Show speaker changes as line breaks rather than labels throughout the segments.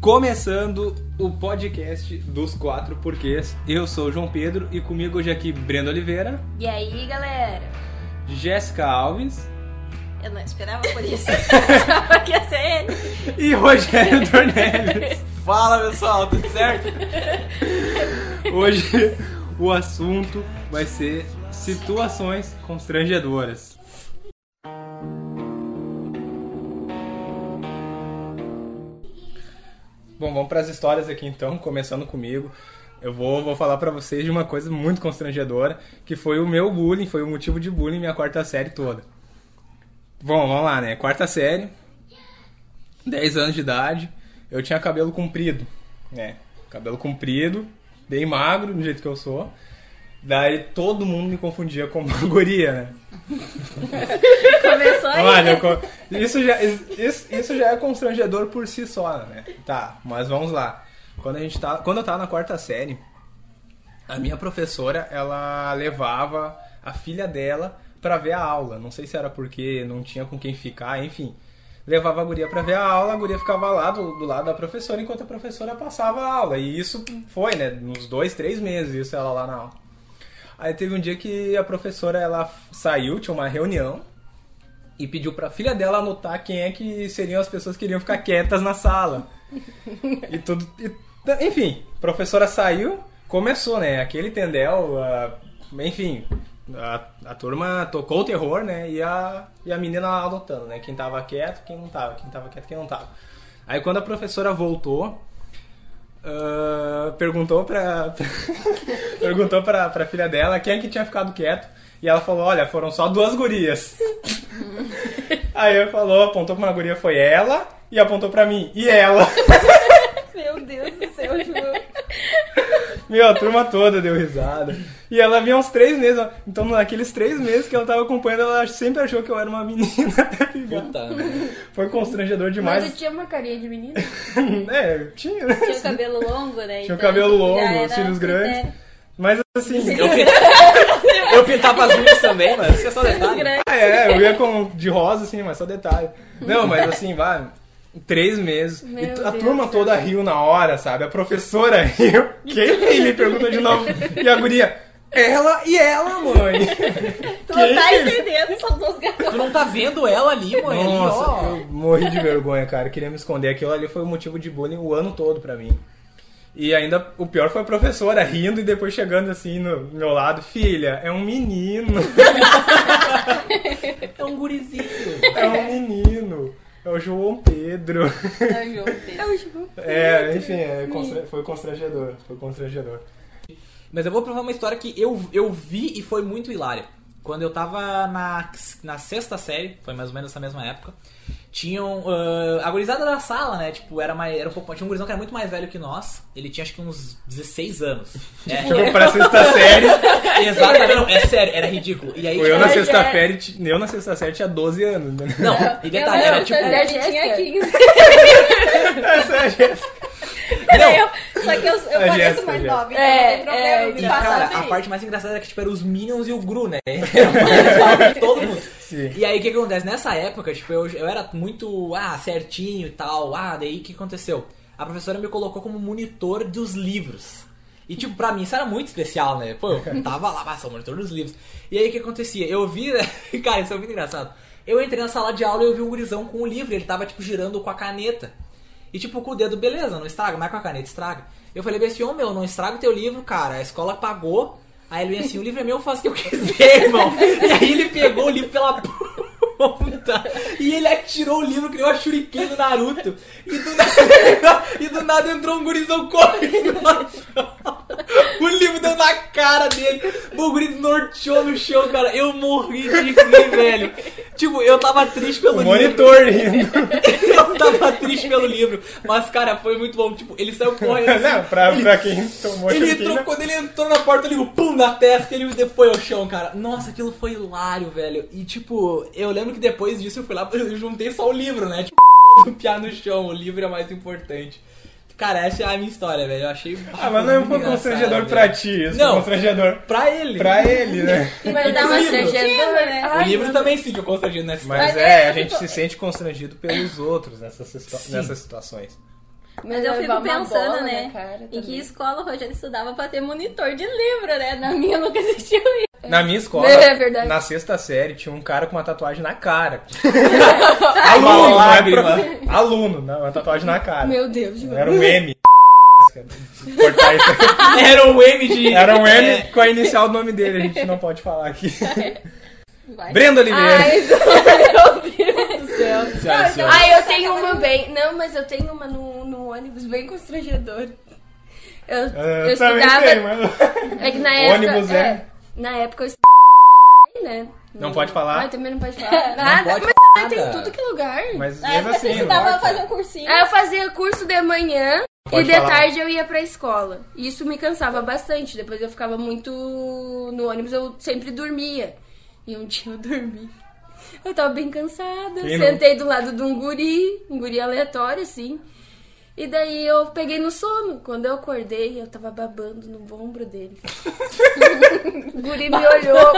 Começando o podcast dos quatro porquês. Eu sou o João Pedro e comigo hoje aqui Brenda Oliveira,
E aí, galera?
Jéssica Alves
Eu não esperava por isso. Eu esperava que ia ser ele.
e Rogério Dornelles.
Fala pessoal, tudo certo?
Hoje o assunto vai ser situações constrangedoras. Bom, vamos para as histórias aqui então, começando comigo. Eu vou, vou falar para vocês de uma coisa muito constrangedora, que foi o meu bullying, foi o motivo de bullying minha quarta série toda. Bom, vamos lá, né? Quarta série, 10 anos de idade, eu tinha cabelo comprido, né? Cabelo comprido, bem magro, do jeito que eu sou. Daí todo mundo me confundia com uma guria, né?
Começou aí.
Olha, co- isso já, isso, isso já é constrangedor por si só, né? Tá, mas vamos lá. Quando, a gente tá, quando eu tava na quarta série, a minha professora, ela levava a filha dela pra ver a aula. Não sei se era porque não tinha com quem ficar, enfim. Levava a guria pra ver a aula, a guria ficava lá do, do lado da professora, enquanto a professora passava a aula. E isso foi, né? Uns dois, três meses, isso ela lá na aula. Aí teve um dia que a professora, ela f- saiu, tinha uma reunião, e pediu pra filha dela anotar quem é que seriam as pessoas que iriam ficar quietas na sala. e tudo. e- enfim, a professora saiu, começou, né? Aquele tendel, a- enfim, a, a turma tocou o terror, né? E a, e a menina lá anotando, né? Quem tava quieto, quem não tava, quem tava quieto, quem não tava. Aí quando a professora voltou, ah, perguntou pra perguntou pra, pra filha dela quem é que tinha ficado quieto e ela falou olha foram só duas gurias aí ela falou apontou pra uma guria foi ela e apontou pra mim e ela
né? Meu Deus do céu, João.
meu a turma toda deu risada e ela vinha uns três meses ó. então naqueles três meses que ela tava acompanhando ela sempre achou que eu era uma menina tá ligado?
Puta, né?
foi constrangedor
Mas
demais
tu tinha uma carinha de menino?
é eu tinha né?
Tinha o cabelo longo, né?
Tinha o
Então,
cabelo longo,
já era um
os cílios
critério.
grandes. mas assim
Eu, pin- eu pintava as minhas também, mas isso é só
Cílios
detalhe.
grandes.
Ah, é, eu ia com de rosa, assim, mas só detalhe. Não, mas assim, vai. Três meses.
Meu
e t- a
Deus
turma
do
toda riu na hora, sabe? A professora riu. Quem que me pergunta de novo? E a guria, ela e ela, mãe.
Tu não tá
Quem?
entendendo, são duas garotas.
Tu não tá vendo ela ali, mãe? Ali,
Nossa,
ó.
eu morri de vergonha, cara. Queria me esconder. Aquilo ali foi o motivo de bullying o ano todo pra mim. E ainda o pior foi a professora rindo e depois chegando assim no meu lado, filha, é um menino.
É um gurizinho.
É um menino. É o João Pedro.
É o João Pedro.
É, enfim, é constra- foi constrangedor. Foi constrangedor.
Mas eu vou provar uma história que eu, eu vi e foi muito hilária. Quando eu tava na, na sexta série, foi mais ou menos essa mesma época, tinham. ah, a gurizada da sala, né? Tipo, era, mais, era um pouco. Tinha um gurizão que era muito mais velho que nós. Ele tinha acho que uns 16 anos. É.
Tipo, pra sexta série,
Tipo,
Exatamente, não, é sério, era ridículo. E aí,
eu na
já-
sexta série, ti- eu na sexta série tinha 12 anos, né?
É, Não, e detalhe,
Eu
era
lembro,
tipo.
tá
Ele
Jéssica.
tinha 15.
Essa é a Jéssica.
Não,
Eu, só que eu, eu
A
pareço
É Jéssica, a
mais
Jéssica.
nova, então
É,
não tem problema.
é,
eu assim. me
E,
Passar
cara,
faço
a
bem.
parte mais engraçada era que, tipo, eram os Minions e o Gru, né? Era mais alto que todo mundo.
Sim.
E aí, o que que acontece? Nessa época, tipo, eu, eu era muito, ah, certinho e tal. Ah, daí, o que aconteceu? A professora me colocou como monitor dos livros. E, tipo, pra mim isso era muito especial, né? Pô, eu tava lá, passou o monitor dos livros. E aí, o que acontecia? Eu vi... Cara, isso é muito engraçado. Eu entrei na sala de aula e eu vi um gurizão com o livro. Ele tava, tipo, girando com a caneta. E tipo, com o dedo, beleza, não estraga, mas com a caneta estraga. Eu falei pra esse homem, meu, não estraga o teu livro, cara. A escola pagou. Aí ele veio assim, o livro é meu, eu faço o que eu quiser, irmão. e aí ele pegou o livro pela ponta e ele atirou o livro que nem uma shuriken do Naruto. E do nada, e do nada entrou um gurizão correndo. na sala. O livro deu na cara dele. O guri norteou no chão, cara. Eu morri de rir, velho. Tipo, eu tava triste pelo
O
livro.
monitor rindo.
Eu tava triste pelo livro, mas cara, foi muito bom. Tipo, ele saiu correndo. assim,
Não, pra,
ele,
pra quem tomou né?
ele
choquinho,
entrou, quando ele entrou na porta, ele pum na testa e ele foi ao chão, cara. Nossa, aquilo foi hilário, velho. E tipo, eu lembro que depois disso eu fui lá, eu juntei só o livro, né? Tipo, do piá no chão, o livro é mais importante. Cara, essa é a minha história, velho. Eu achei.
Ah, mas não foi
engraçado,
constrangedor
velho.
pra ti, isso
Não.
foi constrangedor
Pra ele.
pra ele, né?
Mas dá uma
Incrível.
estrangedora,
Né?
né?
O livro também fica constrangido
é,
nessa história.
Mas é, a gente se sente constrangido pelos outros nessas, situa-
é, Sim.
nessas situações.
Mas eu
levar
fico
uma
pensando,
bola
né?
na cara
em que
também.
escola o Rogério estudava pra ter monitor de livro, né? Na minha nunca existiu isso.
Na minha escola,
É verdade.
na sexta série, tinha um cara com uma tatuagem na cara.
Uma
Aluno, não é
lágrima.
prof- Aluno, não, uma tatuagem na
Ah,
cara.
Meu Deus, João.
Era um M. Cortar isso.
Era um M de.
Era um M
É.
com a inicial do nome dele, a gente não pode falar aqui.
Vai.
Brenda Oliveira.
Ai, meu Deus do céu.
Senhoras e senhores.
Ai, eu tenho uma bem. Não, mas eu tenho uma no, no ônibus bem constrangedor. Eu, eu
Ah, Eu também
estudava.
sei, mano.
É que na época.
Ônibus, é.
Na época eu estudava no Senai, né?
Não
No-
pode falar?
Ai, também não pode falar. Nada.
pode
mas
falar
Senai tem em
nada.
tudo que é lugar.
Mas mesmo
Na época você
assim, não
estudava pra
importa.
fazer um cursinho.
Aí eu fazia curso de manhã
Pode
e de
falar.
tarde eu ia pra escola. E isso me cansava bastante. Depois eu ficava muito. No ônibus eu sempre dormia. E um dia eu dormi. Eu tava bem cansada.
Quem não?
Sentei do lado de um guri, um guri aleatório assim. E daí eu peguei no sono. Quando eu acordei, eu tava babando no ombro dele. o guri me olhou,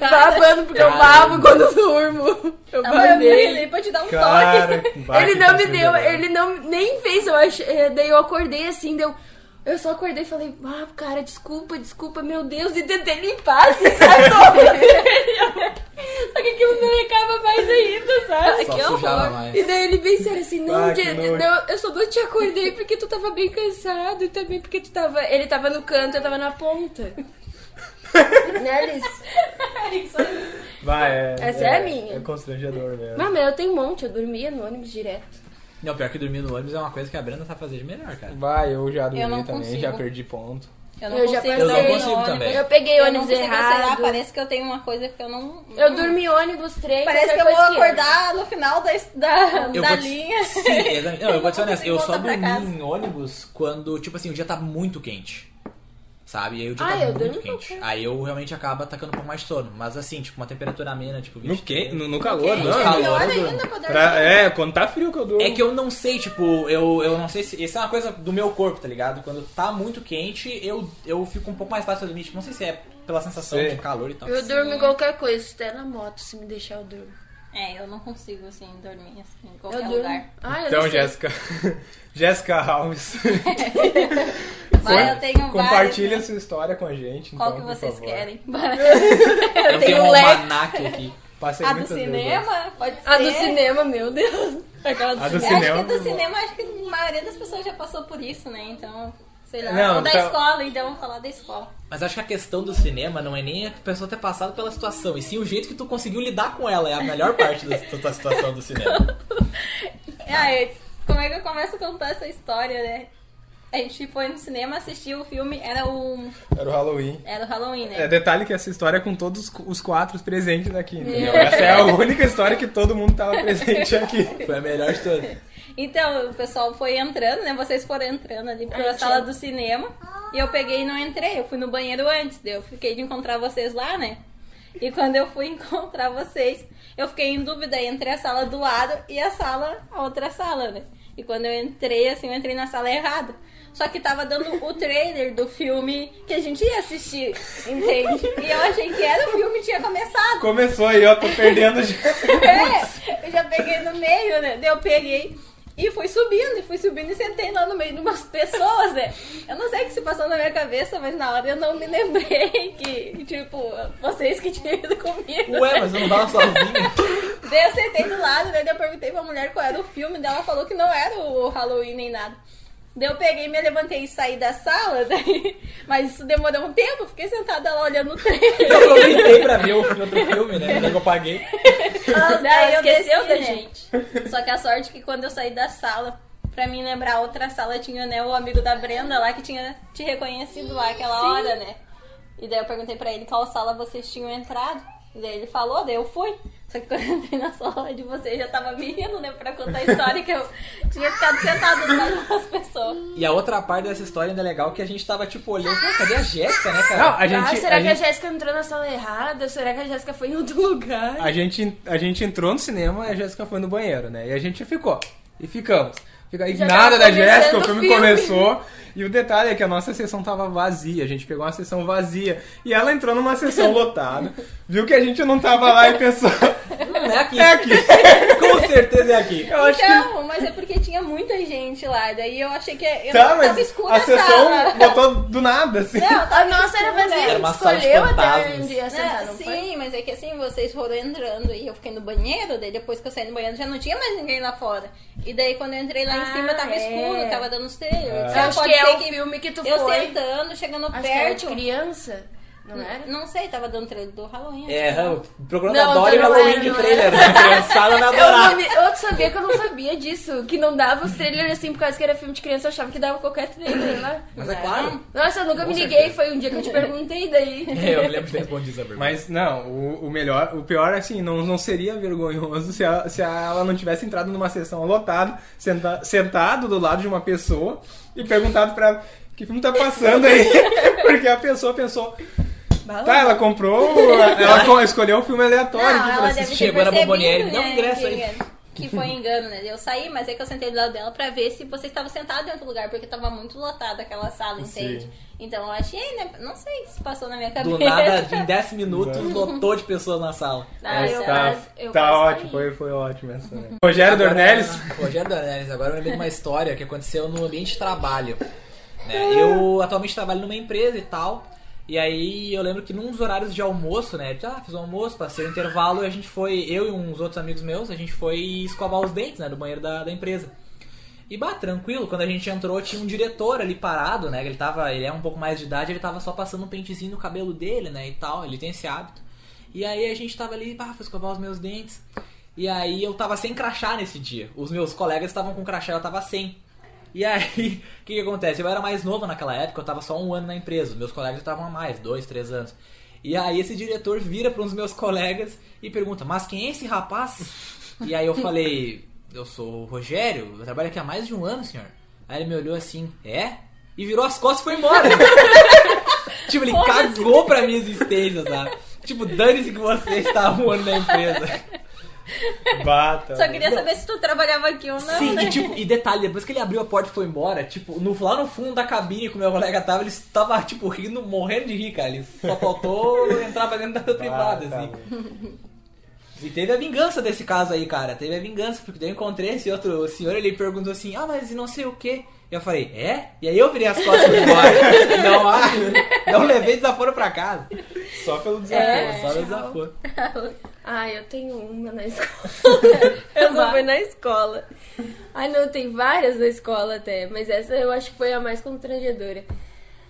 babando, porque eu babo quando eu durmo. Eu
Tá bom,
babei.
ele pra te dar um toque.
Cara, bah,
Ele
que tá
não me deu,
constrangedor.
ele não nem fez, eu acho. é, Daí eu acordei assim, deu. Eu só acordei e falei, ah, cara, desculpa, desculpa, meu Deus, e tentei limpar, assim, sabe? só que aquilo me lecava mais ainda, sabe?
Só
Que
sujava
horror.
mais.
E daí ele bem sério assim, não,
Ah, que
Diego,
nojo.
não, eu só não te acordei porque tu tava bem cansado e também porque tu tava. Ele tava no canto, eu tava na ponta. né, Liz?
Vai, é,
Essa é a minha.
É constrangedor mesmo.
Mas, mas eu tenho um monte, eu dormia no ônibus direto.
Não, pior que dormir no ônibus é uma coisa que a Brenda tá fazendo de melhor, cara.
Vai, eu já dormi
Eu não
também,
consigo.
já perdi ponto.
Eu não
Eu já
consigo
Eu não
dormir no
consigo
ônibus.
também.
Eu peguei
Eu não
ônibus
consigo cancelar,
errado.
parece que eu tenho uma coisa que eu não...
Eu
não-
dormi ônibus, trem,
Parece que
qualquer
eu vou
coisa que-
acordar no final da, da,
Eu
da
vou te-
linha.
Sim, exatamente. Não, eu vou te ser honesto, eu só
Volta pra
dormi
casa.
em ônibus quando, tipo assim, o dia tá muito quente. Sabe? E aí o dia
Ah,
tá
eu
muito
durmo
quente.
qualquer.
Aí eu realmente acabo atacando um pouco mais de sono. Mas assim, tipo, uma temperatura amena, tipo,
No
20.
quente, no, no calor,
Gente,
não.
é
calor,
melhor
eu
ainda
durmo.
pra dormir.
Pra- é, quando tá frio que eu durmo.
É que eu não sei, tipo, eu, eu não sei se. Isso é uma coisa do meu corpo, tá ligado? Quando tá muito quente, eu, eu fico um pouco mais fácil de dormir. Tipo, não sei se é pela sensação
Sei.
de calor e tal.
Eu durmo em qualquer coisa, até na moto, se me deixar eu durmo.
É, eu não consigo, assim, dormir assim, em
eu
qualquer
durmo.
lugar.
Ah, eu
Então,
não sei.
Jéssica. Jéssica Alves.
Mas eu tenho
Compartilha
várias, né?
sua história com a gente.
Qual
então,
que
por
vocês
favor.
querem?
eu
tenho
tenho um
um leque.
almanac aqui.
Passei
A do
muitas
cinema? Pode ser.
A do cinema, meu Deus. Aquela do
A do
cinema.
Eu acho que
Cinema.
do cinema, acho que a maioria das pessoas já passou por isso, né? Então, sei lá.
Não,
ou da
então-
escola, então vamos falar da escola.
Mas acho que a questão do cinema não é nem a pessoa ter passado pela situação, e sim o jeito que tu conseguiu lidar com ela. É a melhor parte da da situação do cinema.
Ah, eu- como é que eu começo a contar essa história, né? A gente foi no cinema assistir o filme, era o.
Era o Halloween.
Era o Halloween, né?
É detalhe que essa história é com todos os quatro presentes aqui. Entendeu?
Meu.
Essa é a única história que todo mundo tava presente aqui.
Foi a melhor história.
Então, o pessoal foi entrando, né? Vocês foram entrando ali pra
Ah,
sala
sim.
do cinema. E eu peguei e não entrei. Eu fui no banheiro antes. Daí eu fiquei de encontrar vocês lá, né? E quando eu fui encontrar vocês, eu fiquei em dúvida entre a sala do lado e a sala, a outra sala, né? E quando eu entrei, assim, eu entrei na sala errada. Só que tava dando o trailer do filme que a gente ia assistir, entende? E eu achei que era o filme tinha começado.
Começou aí, ó, tô perdendo. já.
É, eu já peguei no meio, né? Daí eu peguei e fui subindo, e fui subindo e sentei lá no meio de umas pessoas, né? Eu não sei o que se passou na minha cabeça, mas na hora eu não me lembrei que, tipo, vocês que tinham ido comigo.
Ué, mas eu não tava sozinha.
Daí eu sentei do lado, né? Daí eu perguntei pra mulher qual era o filme, daí ela falou que não era o Halloween nem nada. Daí eu peguei, me levantei e saí da sala, daí... mas isso demorou um tempo, fiquei sentada lá olhando o trailer.
Eu aproveitei pra ver o fi- outro filme, né? Eu paguei.
Ah,
Daí eu
esqueceu
desci,
da
né?
gente.
Só que a sorte é que quando eu saí da sala, pra mim lembrar outra sala, tinha né, o amigo da Brenda lá que tinha te reconhecido lá aquela hora, né? E daí eu perguntei pra ele qual sala vocês tinham entrado. E daí ele falou, daí eu fui. Só que quando eu entrei na sala de vocês, eu já tava me rindo, né? Pra contar a história que eu tinha ficado sentada do lado das pessoas.
E a outra parte dessa história ainda é legal que a gente tava, tipo, olhando. "Ué, Cadê a Jéssica, né,
Não,
cara?
a gente.
ah, será
a
que
gente...
a Jéssica entrou na sala errada? Será que a Jéssica foi em outro lugar?
A gente, a gente entrou no cinema e a Jéssica foi no banheiro, né? E a gente ficou. E ficamos. Fica- e
Já
nada
tava
da
começando
Jéssica, o
o
filme,
filme.
começou. E o detalhe é que a nossa sessão tava vazia. A gente pegou uma sessão vazia. E ela entrou numa sessão lotada, viu que a gente não tava lá e pensou:
Não é aqui.
é aqui.
Como certeza é aqui.
Eu acho que.
Então, mas é porque tinha muita gente lá, daí eu achei que
Tá,
eu não tava
mas
escura
a sessão
sala.
botou do nada, assim.
Não, tava
A nossa era
escura.
vazia, a
Era
gente
uma sala de
escolheu até
fantasmas.
onde ia sentar,
Não,
não
Né, sim,
foi?
mas é que assim, vocês foram entrando e eu fiquei no banheiro, daí depois que eu saí do banheiro já não tinha mais ninguém lá fora. E daí quando eu entrei lá em
Ah,
cima tava
é.
escuro, tava dando os telhos.
Eu
Então,
acho
pode
que é
ser
o filme que tu
Eu
foi.
sentando, chegando
Acho que é era de
perto.
criança, não era?
Não sei, tava dando trailer do Halloween. acho
É,
que não.
procurando
Não,
a Dory
então não
Halloween
era,
de
não
trailer. né? Criançada na
Eu, não
adorar.
me- eu sabia que eu não sabia disso, que não dava os trailers assim, por causa que era filme de criança, eu achava que dava qualquer trailer lá.
Mas é claro.
Nossa, eu nunca
Com
me liguei,
certeza.
foi um dia que eu te perguntei daí.
É, eu me lembro de responder essa pergunta.
Mas não, o, o melhor, o pior assim, não, não seria vergonhoso se, a- se a- ela não tivesse entrado numa sessão lotada, senta- sentado do lado de uma pessoa e perguntado pra ela que filme tá passando aí. Porque a pessoa pensou, tá, ela comprou, ela co- escolheu um filme aleatório
Não,
aqui pra
ela deve
assistir.
ter
Chegou na
percebido,
Bomboniere,
né,
dá um ingresso aí.
Que, que foi engano, né? Eu saí, mas é que eu sentei do lado dela pra ver se você estava sentado em outro lugar, porque tava muito lotada aquela sala, entende?
Sim.
Então eu achei, né? Não sei se passou na minha cabeça.
Do nada, em 10 minutos, lotou de pessoas na sala.
Ah,
Mas
eu
tá
quase- eu
tá
quase
ótimo,
caí.
foi, foi ótimo essa. né? Rogério
Agora-
Dornelles.
Rogério Dornelles, agora eu lembrei de uma história que aconteceu no ambiente de trabalho.
Ah.
né? Eu atualmente trabalho numa empresa e tal. E aí eu lembro que num dos horários de almoço, né? Ah, fiz o almoço, passei o intervalo, e a gente foi, eu e uns outros amigos meus, a gente foi escovar os dentes, né, do banheiro da, da empresa. E bah, tranquilo, quando a gente entrou tinha um diretor ali parado, né? que Ele tava, ele é um pouco mais de idade, ele tava só passando um pentezinho no cabelo dele, né? E tal, ele tem esse hábito. E aí a gente tava ali, bah, fui escovar os meus dentes. E aí eu tava sem crachá nesse dia. Os meus colegas estavam com crachá, eu tava sem. E aí, o que, que acontece? Eu era mais novo naquela época, eu tava só um ano na empresa. Os meus colegas estavam a mais, dois, três anos. E aí esse diretor vira para uns meus colegas e pergunta, mas quem é esse rapaz? E aí eu falei, eu sou o Rogério, eu trabalho aqui há mais de um ano, senhor. Aí ele me olhou assim, é? E virou as costas e foi embora. tipo, ele cagou pra minha existência, sabe? Tipo, dane-se que você está um ano na empresa.
Bata. né?
Só queria saber se tu trabalhava aqui ou não,
Sim,
né?
e, tipo, e detalhe, depois que ele abriu a porta e foi embora, tipo, no, lá no fundo da cabine que o meu colega tava, ele estava, tipo, rindo, morrendo de rir, cara. Ele só faltou entrar pra dentro da privada,
Ah,
assim. E teve a vingança desse caso aí, cara. Teve a vingança, porque daí eu encontrei esse outro senhor, ele perguntou assim, ah, mas e não sei o quê. E eu falei, é? E aí eu virei as costas e fui embora. não, ah, não levei desaforo pra casa.
Só pelo
É.
desafio.
Só meu desaforo.
Ah, eu tenho uma na escola. eu só fui na escola. Ai, não, tem várias na escola até, mas essa eu acho que foi a mais constrangedora.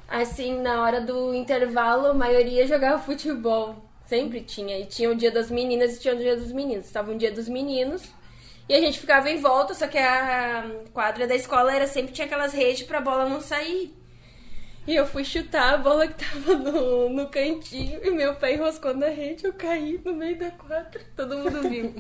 Assim, na hora do intervalo, a maioria jogava futebol. Sempre tinha. E tinha o dia das meninas e tinha o dia dos meninos. Tava um dia dos meninos. E a gente ficava em volta, só que a quadra da escola era sempre tinha aquelas redes pra bola não sair. E eu fui chutar a bola que tava no, no cantinho e meu pé enroscou na rede, eu caí no meio da quadra. Todo mundo viu.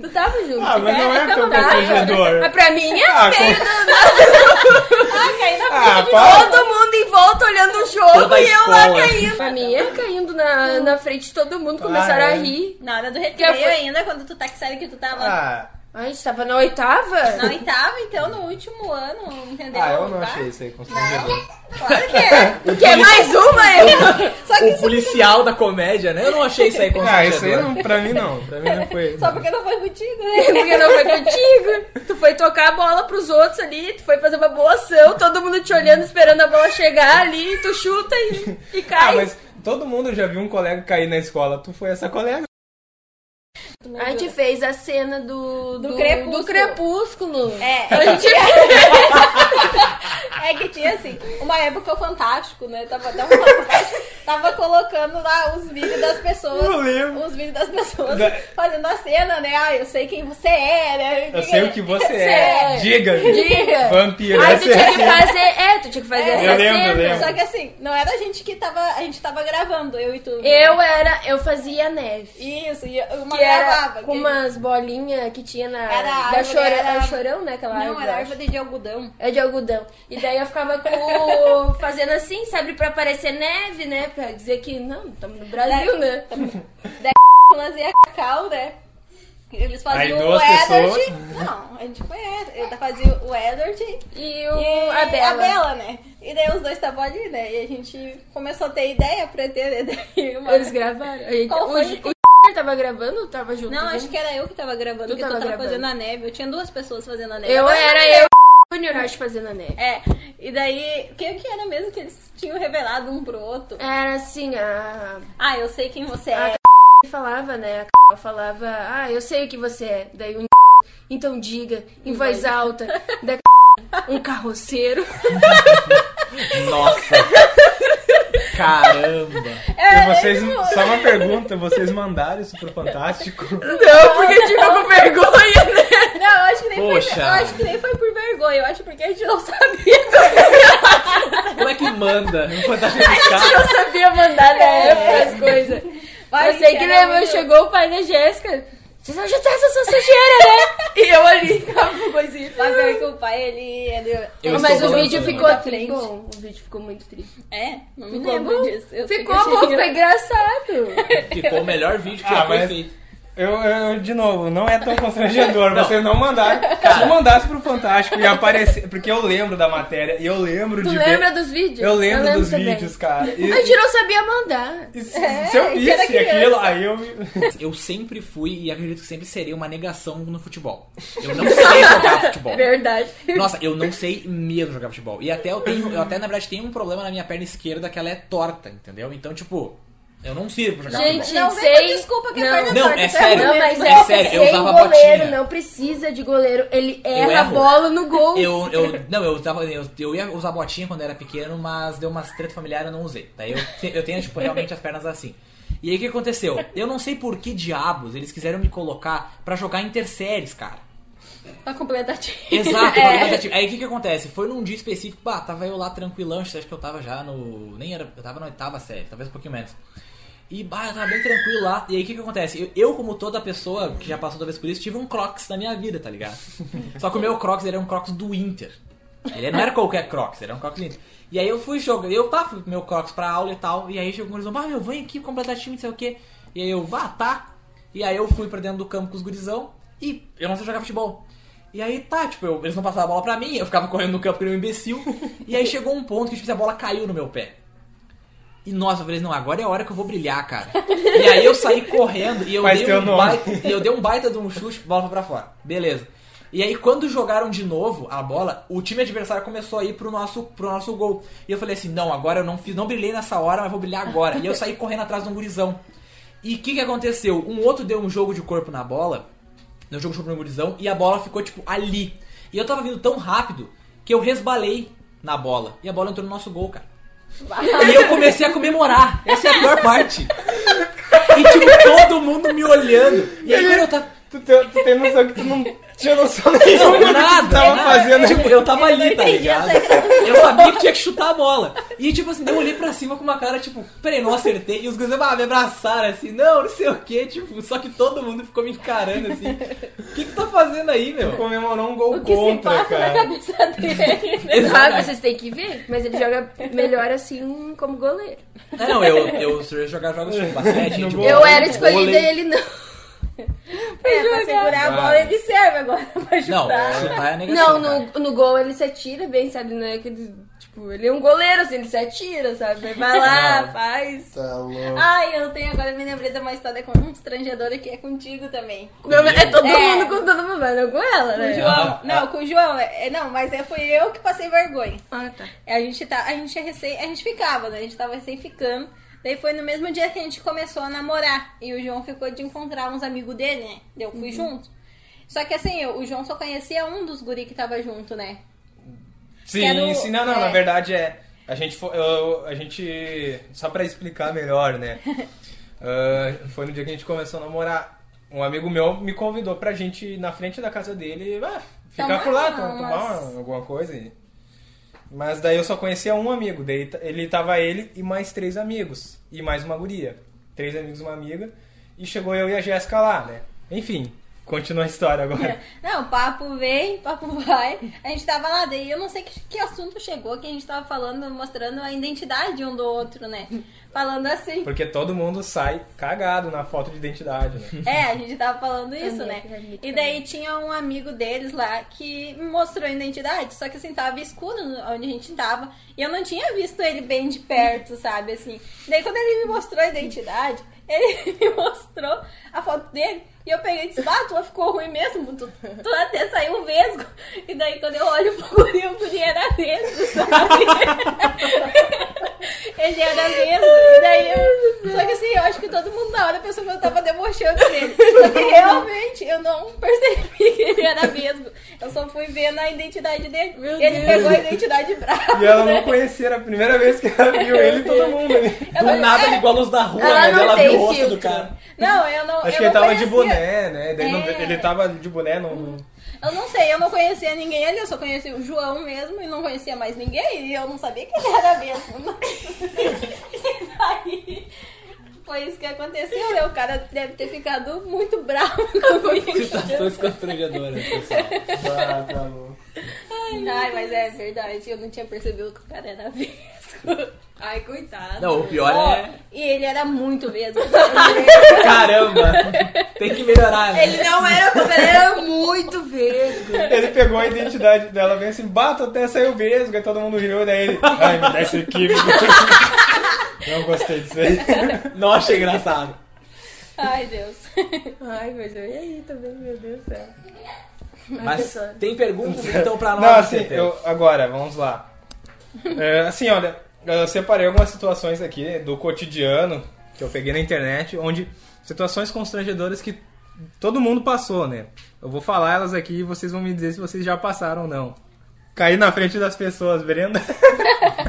Tu tava junto?
Ah, mas não é
Eu
tão
tava.
constrangedor.
Mas pra mim é
Ah,
feio.
com-
Ah, caiu na
Ah, para!
Todo mundo em volta olhando o jogo
Toda
e eu lá
escola.
caindo. Pra mim é caindo na, na frente de todo mundo, começaram
Ah,
a
é.
rir.
Na hora do
Que
recreio
foi-
ainda, quando tu tá que sério que tu tava
Ah,
Ai, a gente tava na oitava?
na oitava, então, no último ano, entendeu?
ah, eu não
Tá?
achei isso aí constrangedor.
Claro que é.
Quer mais uma, hein?
Só, que,
O policial da comédia, né? Eu não achei isso aí
Ah, isso aí
constrangedor.
não, pra mim não. Pra mim não foi.
só porque não foi contigo, né?
Porque não foi contigo. Tu foi tocar a bola pros outros ali, tu foi fazer uma boa ação, todo mundo te olhando, esperando a bola chegar ali, tu chuta e, e
Ah,
cai.
mas todo mundo já viu um colega cair na escola. Tu foi essa colega.
A gente fez a cena do,
Do crepúsculo.
do crepúsculo.
É,
A gente
É que tinha assim, uma época o fantástico, né? Tava, tava, Fantástico, tava colocando lá os vídeos das pessoas.
Eu lembro.
Os vídeos das pessoas
Da-
fazendo a cena, né? Ah, eu sei quem você é, né?
Eu sei o que você
é.
é. Diga.
Diga.
Vampiro.
Ai, tu
essa é
tinha que
a-
fazer. É, tu tinha que fazer
É.
essa
Eu
lembro, eu
cena.
lembro.
Só que assim, não era a gente que tava. A gente tava gravando, eu e tu. né?
Eu era. Eu fazia neve.
Isso, e uma
que
gravava.
era com
que-
umas bolinhas que tinha na.
Era a
da
árvore,
chorão,
era-
era chorão, né? Aquela
Não,
árvore,
era
eu acho.
árvore de algodão.
É de algodão. E daí eu ficava com o- fazendo assim, sabe? Pra parecer neve, né? Pra dizer que, não, estamos no Brasil, né?
fazia cacau, né? Eles faziam
Aí
o
duas
Edward.
pessoas.
Não, a gente conhece. Ele fazia o Edward
E, o, a Bela.
né? E daí os dois estavam ali, né? E a gente começou a ter ideia pra ter, né? Daí uma...
Eles gravaram. A gente,
Qual
o
foi?
G- o, G- tava gravando ou tava junto?
Não,
né?
acho que era eu que tava gravando,
Tu
porque eu
tava
tava
gravando.
fazendo a neve. Eu tinha duas pessoas fazendo a neve.
Eu
Agora
era
não
eu e o Junior Ash fazendo a neve.
É, e daí, quem que era mesmo que eles tinham revelado um pro outro?
Era assim, a.
Ah, eu sei quem você
Ah,
é.
E falava, né? A c... falava, ah, eu sei o que você é. Daí um então diga, em voz alta, da c... um carroceiro.
Nossa! Caramba!
E vocês, só uma pergunta, vocês mandaram isso pro Fantástico?
Não, porque tipo, com vergonha, né?
Não, eu acho, que nem
Poxa.
Foi, eu acho que nem foi por vergonha. Eu acho porque a gente não sabia.
Como é que manda? Um Fantástico
A gente
Fiscal?
não sabia mandar na época as coisas.
Vai,
eu sei que
gente,
minha
era
mãe
muito-
chegou o pai da Jéssica. Vocês vão juntar essa sua sujeira, né? E eu ali ficava com coisinha.
Mas pior que o pai, ele... ele
Eu
Mas
estou
o vídeo
balançando.
ficou
Da
triste.
frente.
Bom, o vídeo ficou muito triste.
É, não me
Ficou
lembro
bom.
disso. Eu sei
Ficou
que eu
bom,
achei-
ficou engraçado.
Ficou o melhor vídeo que
Ah,
já foi
mas-
feito.
Eu, eu, de novo, não é tão constrangedor.
Não.
Vocês não mandaram. Se mandasse pro Fantástico e aparecer. Porque eu lembro da matéria e eu lembro
Tu
de.
lembra
ver,
dos vídeos?
Eu lembro, dos
também.
vídeos, cara. E,
A gente não sabia mandar.
e se, se eu
É, que era
visse aquilo,
criança.
aí eu me.
Eu sempre fui e acredito que sempre serei uma negação no futebol. Eu não sei jogar futebol.
Verdade.
Nossa, eu não sei mesmo jogar futebol. E até eu tenho, eu até na verdade tenho um problema na minha perna esquerda que ela é torta, entendeu? Então, tipo, eu não sirvo pra jogar
Gente,
Não, vem
sei.
com desculpa que
não.
a perna
Não,
torta,
é
tá?
sério.
Não, mas
É
é,
sério, eu
sem
usava
goleiro,
botinha.
não precisa de goleiro. Ele erra a
erro.
bola no gol.
futebol. Eu, eu, não, eu, tava, eu, eu ia usar botinha quando era pequeno, mas deu umas treta familiar eu não usei. Daí eu, te- eu tenho, tipo, realmente as pernas assim. E aí o que aconteceu? Eu não sei por que diabos eles quiseram me colocar pra jogar interséries, cara.
Pra completar time.
Exato,
Tá É.
mas, tipo, aí o que que acontece? Foi num dia específico, bah, tava eu lá tranquilão, acho que eu tava já no. Nem era. Eu tava na oitava série, talvez um pouquinho menos. E bah, eu tava bem tranquilo lá. E aí o que que acontece? Eu, eu, como toda pessoa que já passou talvez por isso, tive um Crocs na minha vida, tá ligado? Só que o meu Crocs ele era um Crocs do Inter. Ele não era qualquer Crocs, era um Crocs do Inter. E aí eu fui jogar, eu pá, fui com meu Crocs pra aula e tal. E aí chegou um gurizão, ah, meu, vem aqui completar time, não sei o quê. E aí eu, vá, tá. E aí eu fui pra dentro do campo com os gurizão e eu não sei jogar futebol. E aí tá, tipo, eu- eles não passavam a bola pra mim, eu ficava correndo no campo que nem um imbecil. E aí chegou um ponto que tipo, a bola caiu no meu pé. E nossa, eu falei, não, agora é a hora que eu vou brilhar, cara. E aí eu saí correndo e eu,
Faz
dei
teu
um,
nome.
baita, e eu dei um baita de um chute, bola foi pra fora. Beleza. E aí quando jogaram de novo a bola, o time adversário começou a ir pro nosso, pro nosso gol. E eu falei assim, não, agora eu não fiz, não brilhei nessa hora, mas vou brilhar agora. E eu saí correndo atrás de um gurizão. E o que, que aconteceu? Um outro deu um jogo de corpo na bola, deu um jogo de corpo no gurizão, e a bola ficou, tipo, ali. E eu tava vindo tão rápido que eu resbalei na bola. E a bola entrou no nosso gol, cara. E eu comecei a comemorar. Essa é a pior parte. E tipo, todo mundo me olhando. E aí quando eu tava.
Tu, tem- tu tem noção que tu não tinha noção nenhuma do que tu
nada,
tava
nada.
fazendo.
Tipo, eu tava ali, tá
entendi
ligado?
essa
Eu sabia que tinha que chutar a bola. E tipo assim, eu olhei pra cima com uma cara, tipo, peraí, não acertei. E os gurizão ah, me abraçaram assim, não, não sei o que, tipo, só que todo mundo ficou me encarando assim. O que, que tu tá fazendo aí, meu?
Comemorou um gol
O que se
contra,
passa na
cara.
cabeça dele. né?
Sabe, vocês têm que ver. Mas ele joga melhor assim como goleiro.
É, Não, não, eu, eu sou jogar jogos de basquete, tipo,
No
gente.
gol.
Eu era escolhida e
vôlei.
ele não.
É, pra segurar a bola,
Vai.
ele serve agora pra
Não,
chutar.
chutar é negação.
Não,
cara.
no, no gol ele se atira bem, sabe? Não é aquele. Tipo, ele é um goleiro, assim, ele se atira, sabe? Aí Vai lá,
Não.
faz.
Tá
É.
louco.
Ai, eu tenho, agora me lembrei de uma história com um estrangedor que é contigo também.
Não, mas é todo
É.
mundo com todo mundo, mas não com ela,
Com o
né?
João.
Ah,
Não, com o João, é, é, não, mas é, foi eu que passei vergonha.
Ah, tá.
A gente, tá, a gente é recém. A gente ficava, né? A gente tava recém ficando. Daí foi no mesmo dia que a gente começou a namorar. E o João ficou de encontrar uns amigos dele, né? Daí Eu fui junto. Só que assim, eu- o João só conhecia um dos guri que tava junto, né?
Sim,
Quero-
sim, não, não, na
é.
verdade é. A gente foi. eu- a gente. Só pra explicar melhor, né? Ah, foi no dia que a gente começou a namorar. Um amigo meu me convidou pra gente ir na frente da casa dele ah, ficar
Tomar
por lá,
umas-
tomar uma- alguma coisa. e- Mas daí eu só conhecia um amigo. Daí t- ele tava ele e mais três amigos. E mais uma guria. Três amigos e uma amiga. E chegou eu e a Jéssica lá, né? Enfim, continua assim. a história agora.
Não, papo vem, papo vai. A gente tava lá, daí eu não sei que, que assunto chegou, que a gente tava falando, mostrando a identidade um do outro, né? Falando assim.
Porque todo mundo sai cagado na foto de identidade, né?
É, a gente tava falando isso,
minha
né?
pirâmide
E daí tinha um amigo deles lá que me mostrou a identidade, só que assim, tava escuro onde a gente tava. E eu não tinha visto ele bem de perto, sabe? Assim. Daí quando ele me mostrou a identidade, ele me mostrou a foto dele e eu peguei e disse, ah, tua ficou ruim mesmo, tu, tu até saiu um vesgo. E daí quando eu olho pro guri, o guri era vesgo, sabe? ele era vesgo. E daí eu... Só que assim, eu acho que todo mundo na hora pensou que eu tava debochando dele. Só que realmente eu não percebi que ele era vesgo. Eu só fui vendo a identidade dele.
Meu
e ele
Deus.
pegou a identidade brava.
E ela
né?
não conhecia, era a primeira vez que ela viu ele e todo mundo ali.
Eu
Do
não-
nada
é,
ele igual a luz da rua,
Ela
né?
mas
não
ela
tem
viu o rosto do
filtro.
cara.
Não, eu não.
Acho
eu
que
não
ele tava
conhecia.
de boné, né? Daí não-
É.
ele tava de boné, não. não-
Eu não sei, eu não conhecia ninguém ali, eu só conhecia o João mesmo e não conhecia mais ninguém e eu não sabia quem era mesmo. e daí, foi isso que aconteceu, né? O cara deve ter ficado muito bravo
tá
comigo.
Situações constrangedoras, tá pessoal.
Ah, tá louco.
Ai, mas é verdade, eu não tinha percebido que o cara era vesgo. Ai, coitado.
Não, o pior
Ó,
é.
E ele era muito vesgo.
Caramba! Tem que melhorar, né?
É. Ele não era, ele era muito vesgo.
Ele pegou a identidade dela, bem assim, bato até saiu vesgo, aí todo mundo riu, daí ele, ai, me dá isso aqui. me dá." Não gostei disso aí.
Não achei engraçado.
Ai, Deus.
Ai, mas eu ia aí também, meu Deus do céu. Ai,
Mas
pessoal.
tem perguntas então pra nós?
Não, assim,
Peter?
eu, agora, vamos lá. É, assim, olha, eu separei algumas situações aqui do cotidiano que eu peguei na internet, onde situações constrangedoras que todo mundo passou, né? Eu vou falar elas aqui e vocês vão me dizer se vocês já passaram ou não. Cair na frente das pessoas, Brenda.